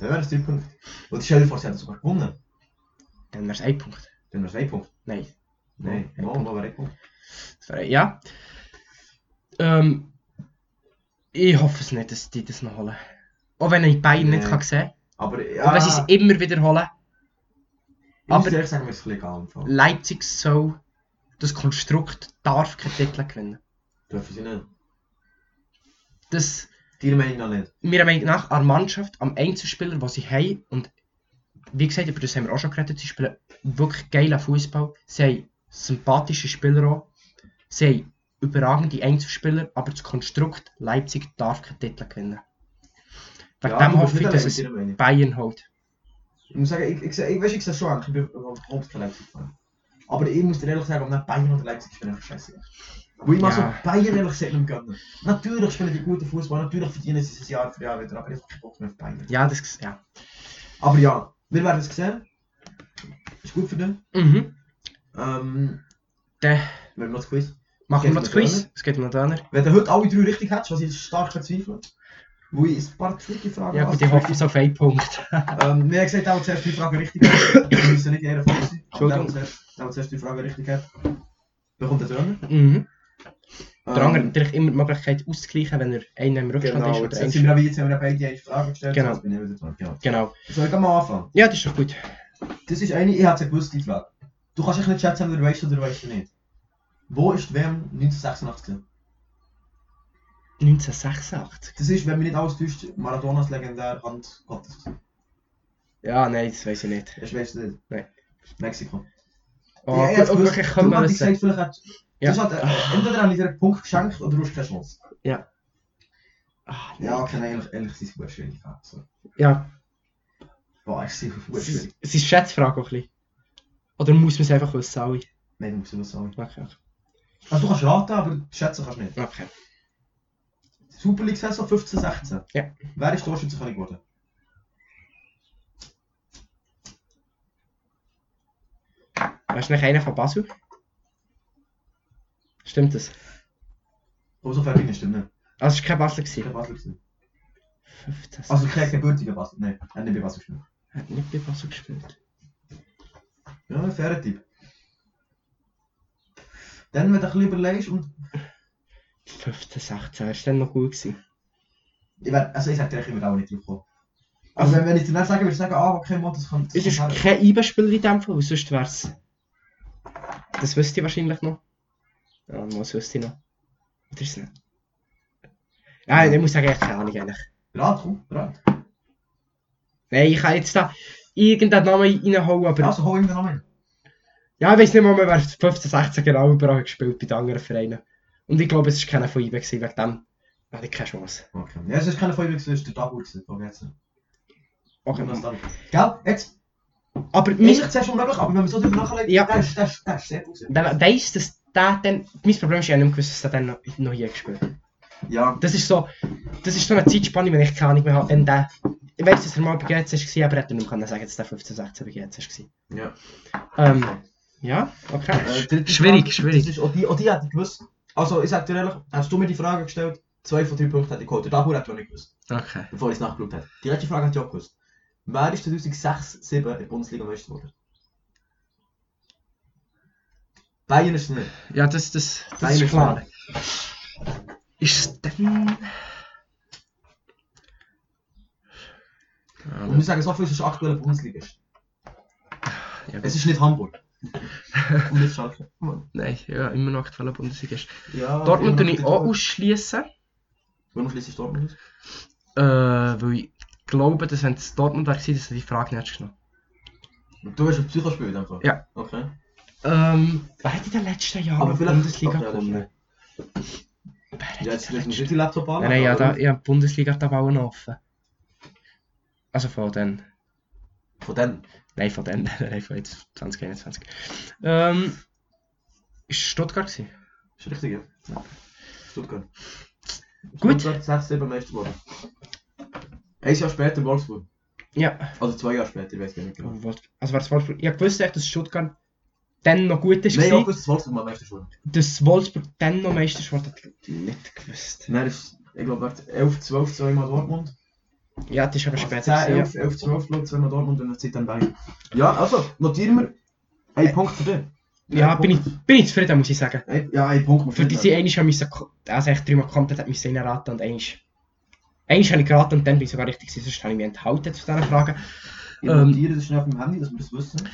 Speaker 1: Dann wären es drei Punkte. Und stell dir vor, sie hätten sogar gewonnen.
Speaker 2: Dann wär's 1 Punkt.
Speaker 1: Dann wären es ein Punkt.
Speaker 2: Nein.
Speaker 1: Nein,
Speaker 2: Ja.
Speaker 1: no, no, wäre ein Punkt.
Speaker 2: Das wär- Ja. Ähm, ich hoffe es nicht, dass die das noch holen. Auch wenn ich Bayern nicht
Speaker 1: Nee. Ah.
Speaker 2: kann sehen
Speaker 1: Aber ja,
Speaker 2: kann. Aber sie es immer wieder holen.
Speaker 1: ich muss
Speaker 2: aber-
Speaker 1: ehrlich sagen, wir sind legal am Fall.
Speaker 2: Leipzig dus soll, das Konstrukt darf keinen Titel gewinnen.
Speaker 1: Dürfen sie nicht.
Speaker 2: Das,
Speaker 1: Deiner Meinung nach nicht.
Speaker 2: meiner Meinung nach, an Mannschaft, am Einzelspieler, die sie haben, und wie gesagt, über das haben wir auch schon geredet, sie spielen wirklich geilen Fußball. Sie haben sympathische Spieler auch. Sie haben überragende Einzelspieler, aber das Konstrukt Leipzig darf keinen Titel gewinnen. Wegen
Speaker 1: Ja,
Speaker 2: dem
Speaker 1: du bist
Speaker 2: hoffe ich,
Speaker 1: nicht
Speaker 2: dass
Speaker 1: allein mit
Speaker 2: es
Speaker 1: deiner Meinung.
Speaker 2: Bayern holt.
Speaker 1: Ich muss sagen, ich, ich, seh- ich, weißt, ich sehe schon an, ich bin überhaupt kein Leipzig-Fan. Aber ich muss dir ehrlich sagen, ob nicht Bayern oder Leipzig spielen, ich scheiße. Weil ich mal
Speaker 2: Ja.
Speaker 1: so Bayern ehrlich gesagt nicht gönnen. Natürlich spielen die guten Fußball, natürlich verdienen sie es Jahr für Jahr wieder, aber ich habe keinen Bock mehr auf Bayern.
Speaker 2: Ja, das ja.
Speaker 1: Aber ja, wir werden es sehen. Ist gut für den.
Speaker 2: Mhm.
Speaker 1: Ähm,
Speaker 2: Dann
Speaker 1: wir haben noch das Quiz.
Speaker 2: machen wir
Speaker 1: Geht
Speaker 2: noch das
Speaker 1: mit
Speaker 2: Quiz.
Speaker 1: Döner?
Speaker 2: Es geht um den Döner.
Speaker 1: Wenn du heute alle drei richtig hättest, was ich stark verzweifle, wo ich ein paar tricky Fragen
Speaker 2: Ja gut, ich hoffe es auf einen Punkt. Ehm,
Speaker 1: Ähm, wir haben gesagt, der, der zuerst die Frage richtig hat, wir müssen nicht jeder Fall sein, aber der, der zuerst- der der zuerst die Frage richtig hat, bekommt den Döner.
Speaker 2: Mhm. Der andere hat
Speaker 1: Ähm,
Speaker 2: natürlich immer die Möglichkeit auszugleichen, wenn er einen im Rückstand
Speaker 1: genau,
Speaker 2: ist
Speaker 1: jetzt,
Speaker 2: oder
Speaker 1: jetzt sind wir
Speaker 2: einen.
Speaker 1: aber jetzt haben wir beide eine Frage gestellt,
Speaker 2: Genau.
Speaker 1: sonst bin ich wieder dran. Genau.
Speaker 2: Genau.
Speaker 1: Soll ich mal anfangen?
Speaker 2: Ja, das ist doch gut.
Speaker 1: Das ist eine, ich hätte es gewusst, die Frage. Du kannst echt nicht schätzen, wer weißt oder weißt du nicht. Wo ist die WM 1986 gewesen?
Speaker 2: 1986?
Speaker 1: Das ist, wenn mich nicht alles täuscht, Maradonas legendär Hand Gottes.
Speaker 2: Ja, nein, das weiß ich nicht.
Speaker 1: Ich weiß es nicht.
Speaker 2: Nein.
Speaker 1: Mexiko.
Speaker 2: Oh, ja,
Speaker 1: hätte es
Speaker 2: gut,
Speaker 1: gewusst.
Speaker 2: wirklich können
Speaker 1: Darum
Speaker 2: wir
Speaker 1: hätte ich
Speaker 2: wissen.
Speaker 1: gesagt, vielleicht hat...
Speaker 2: eh, Ja.
Speaker 1: Das hat, äh, entweder habe ich dir einen Punkt geschenkt oder du hast keine Chance.
Speaker 2: Ah, nein.
Speaker 1: Ja, okay, nein, ehrlich, ehrlich, sie ist gut schwierig. ja, So.
Speaker 2: ja.
Speaker 1: Boah, ist sicher gut
Speaker 2: Es
Speaker 1: schwierig.
Speaker 2: ist, es ist Schätzfrage auch ein bisschen. Oder muss man es einfach wissen, alle?
Speaker 1: Nein, du musst nur sagen.
Speaker 2: Okay.
Speaker 1: Also du kannst raten, aber schätzen kannst du nicht.
Speaker 2: okay.
Speaker 1: Super League Saison 15, 16.
Speaker 2: Ja.
Speaker 1: Wer ist Torschützenkönig geworden?
Speaker 2: Weißt du nicht einer von Basel? Stimmt das?
Speaker 1: Also Ferdinand stimmt nicht.
Speaker 2: Also es war kein Basel.
Speaker 1: Ich
Speaker 2: Gewesen.
Speaker 1: habe Basel gesehen.
Speaker 2: 15.
Speaker 1: Also kein gebürtiger Basel. Nein, er hat nicht bei Basel gespielt.
Speaker 2: Er hat nicht bei Basel gespielt.
Speaker 1: Ja, ein fairer Typ. Dann, wenn du ein bisschen überlegst und...
Speaker 2: 15, 16. Er war dann noch gut. Gewesen.
Speaker 1: Ich wär, also ich sag dir, ich würde auch nicht drauf kommen. Also wenn, wenn ich dir nicht sage, würde ich sagen, ah, okay, Mann, das kann... Das
Speaker 2: Es ist
Speaker 1: kann her.
Speaker 2: kein Eibenspieler in dem Fall, weil sonst wäre es... Das wüsste ich wahrscheinlich noch. Ja, was wüsste ich noch? Oder ist es nicht? Nein, ich muss sagen, ich habe keine Ahnung eigentlich.
Speaker 1: Rat, komm, Rat.
Speaker 2: Nein, ich kann jetzt da irgendeinen Namen reinhauen, aber...
Speaker 1: Also hol ihm den Namen.
Speaker 2: Ja, ich weiß nicht mal mehr, wer 15, 16 genau überall gespielt bei den anderen Vereinen. Und ich glaube, es war keiner von IBE, gewesen, wegen dem Hätte ich keine Chance.
Speaker 1: Okay. Ja, es ist keine Folge, es ist der Tag, von jetzt.
Speaker 2: Okay.
Speaker 1: das dann. Gell? Jetzt,
Speaker 2: Aber mein,
Speaker 1: eigentlich zuerst unmöglich, aber wenn man so drüber nachlegt,
Speaker 2: Ja.
Speaker 1: das ist, das ist, das ist sehr gut. gewesen.
Speaker 2: dann weiss, dass der dann. Mein Problem ist, ich habe nicht mehr gewusst, dass der dann noch, noch hier gespielt hat.
Speaker 1: Ja,
Speaker 2: Das ist so. Das ist so eine Zeitspanne, wenn ich keine Ahnung mehr habe. Wenn der. Ich weiss, dass er mal bei GZ war, aber hätte er nicht mehr können sagen dass der 15, 16 bei GZ
Speaker 1: ja.
Speaker 2: war. Ähm. Ja, okay.
Speaker 1: Äh, dritte
Speaker 3: Schwierig,
Speaker 1: Frage,
Speaker 3: schwierig.
Speaker 1: Das ist, auch die, auch die hätte ich gewusst. Also, ich sag dir ehrlich, hast du mir die Frage gestellt, zwei von drei Punkten hätte ich geholt. Der Dabur hätte ich auch nicht gewusst,
Speaker 3: Okay.
Speaker 1: bevor ich es nachgeschaut habe. Die letzte Frage hätte ich auch gewusst. Wer ist 2006, 2007 in der Bundesliga Meister geworden? Bayern ist es nicht.
Speaker 3: Ja, das, das,
Speaker 1: Nein,
Speaker 3: das ist
Speaker 1: ist
Speaker 3: klar. Ist es denn.
Speaker 1: Und wir sagen so viel, es ist aktuell Bundesliga.
Speaker 3: Ja,
Speaker 1: Es ist nicht Hamburg. Und nicht Schalke.
Speaker 3: Nein, ja, immer noch aktueller Bundesliga. ist.
Speaker 1: Ja,
Speaker 3: Dortmund tue ich
Speaker 1: immer noch
Speaker 3: auch
Speaker 1: die-
Speaker 3: ausschließen,
Speaker 1: Warum schließt Dortmund aus?
Speaker 3: äh, weil ich glaube, dass wenn es Dortmund wäre, gewesen, dass du die Frage nicht hättest genommen
Speaker 1: Du bist ein Psychospiel in dem Fall?
Speaker 3: Ja.
Speaker 1: Okay.
Speaker 3: Ähm, wer hat in den letzten Jahren
Speaker 1: Aber
Speaker 3: die
Speaker 1: vielleicht-
Speaker 3: Bundesliga
Speaker 1: Okay, das ist
Speaker 3: gewonnen? Wer hat in
Speaker 1: Ja, jetzt
Speaker 3: den
Speaker 1: legen wir
Speaker 3: letzten-
Speaker 1: nicht die Laptop an.
Speaker 2: Nein, nein, ja,
Speaker 1: aber-
Speaker 2: da, ja, die Bundesliga hat da Bauern offen. Also von den.
Speaker 1: Von denen.
Speaker 2: Nein, von den. Nein, von jetzt 2021. Ähm. Ist Stuttgart gewesen?
Speaker 1: Ist richtig, ja. Stuttgart.
Speaker 2: Gut.
Speaker 1: Stuttgart 6, 7 Meister geworden. Ein Jahr später Wolfsburg.
Speaker 2: Ja.
Speaker 1: Also zwei Jahre später, ich weiß gar nicht genau.
Speaker 2: Also war das Wolfsburg. Ich wusste echt, dass Stuttgart dann noch gut ist.
Speaker 1: Nein, ich
Speaker 2: gewesen.
Speaker 1: habe gewusst, dass Wolfsburg mal Meister wurde.
Speaker 2: Dass Wolfsburg dann noch Meister geworden hat, ich nicht gewusst.
Speaker 1: Dann ist, ich glaube, warte, 11, 12 zweimal Dortmund.
Speaker 2: Ja, das ist aber später.
Speaker 1: 10,
Speaker 2: gewesen,
Speaker 1: 11, 11, 12 glaube ich, zweimal Dortmund und dann zieht dann Bayern. Ja, also, notieren wir. Ein Punkt für dich.
Speaker 2: ja, ja
Speaker 1: Ein
Speaker 2: bin, ich,
Speaker 1: Punkt.
Speaker 2: bin ich zufrieden, muss ich sagen.
Speaker 1: Ein, ja, ein Punkt muss
Speaker 2: Für diese eine haben wir also echt dreimal komplett hat mich reinraten und eigentlich. Eigentlich habe ich geraten und dann bin ich sogar richtig gewesen, sonst habe ich mich enthalten zu diesen Fragen.
Speaker 1: Ich
Speaker 2: ähm,
Speaker 1: notiere Genau, das schnell auf dem Handy, dass wir das wissen.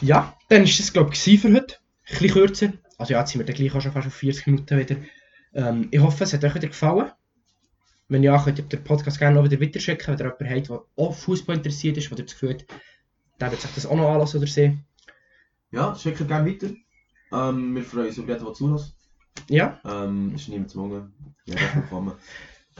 Speaker 2: Ja, dann ist es glaube ich gewesen für heute. Ein bisschen kürzer. Also ja, jetzt sind wir dann gleich auch schon fast auf 40 Minuten wieder. Ähm, ich hoffe, es hat euch wieder gefallen. Wenn ja, könnt ihr den Podcast gerne noch wieder weiterschicken, wenn ihr jemanden habt, der auch Fußball interessiert ist, oder das Gefühl hat, der wird sich das auch noch anlassen oder sehen.
Speaker 1: Ja, schickt gerne weiter. Ähm, wir freuen uns über jeden, der zulässt.
Speaker 2: Ja,
Speaker 1: Ähm, ist niemand gezwungen. Jeder ist willkommen.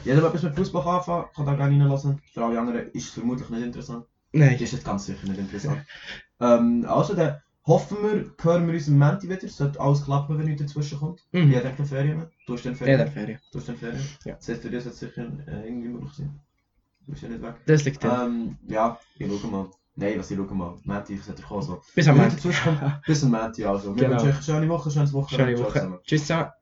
Speaker 1: Jeder, der etwas mit Fußball kann anfangen kann, da gerne reinlassen. Für alle anderen ist es vermutlich nicht interessant.
Speaker 2: nein.
Speaker 1: Ist es ganz sicher nicht interessant. ähm, also, dann hoffen wir, hören wir uns am Menti wieder. Sollte alles klappen, wenn nichts dazwischen kommt.
Speaker 2: Mhm.
Speaker 1: Jeder hat keine Ferien mehr. Du hast dann
Speaker 2: Der
Speaker 1: Ferien.
Speaker 2: der Ferien.
Speaker 1: Du hast dann Ferien.
Speaker 2: Ja.
Speaker 1: Das heißt, für dich sollte es sicher äh, irgendwie möglich sein. Du bist ja nicht weg.
Speaker 2: Das liegt drin.
Speaker 1: Ähm, ja, ich schaue mal. Nein, was ich schaue mal. Menti, ich sollte kommen. So.
Speaker 2: Bis am
Speaker 1: Wenn nichts
Speaker 2: Ende.
Speaker 1: dazwischen kommt, bis am Menti. Also. Wir
Speaker 2: Genau.
Speaker 1: wünschen euch eine schöne Woche, schönes Wochenende.
Speaker 2: Schöne
Speaker 1: Ciao
Speaker 2: Woche.
Speaker 1: zusammen.
Speaker 2: Tschüss zusammen.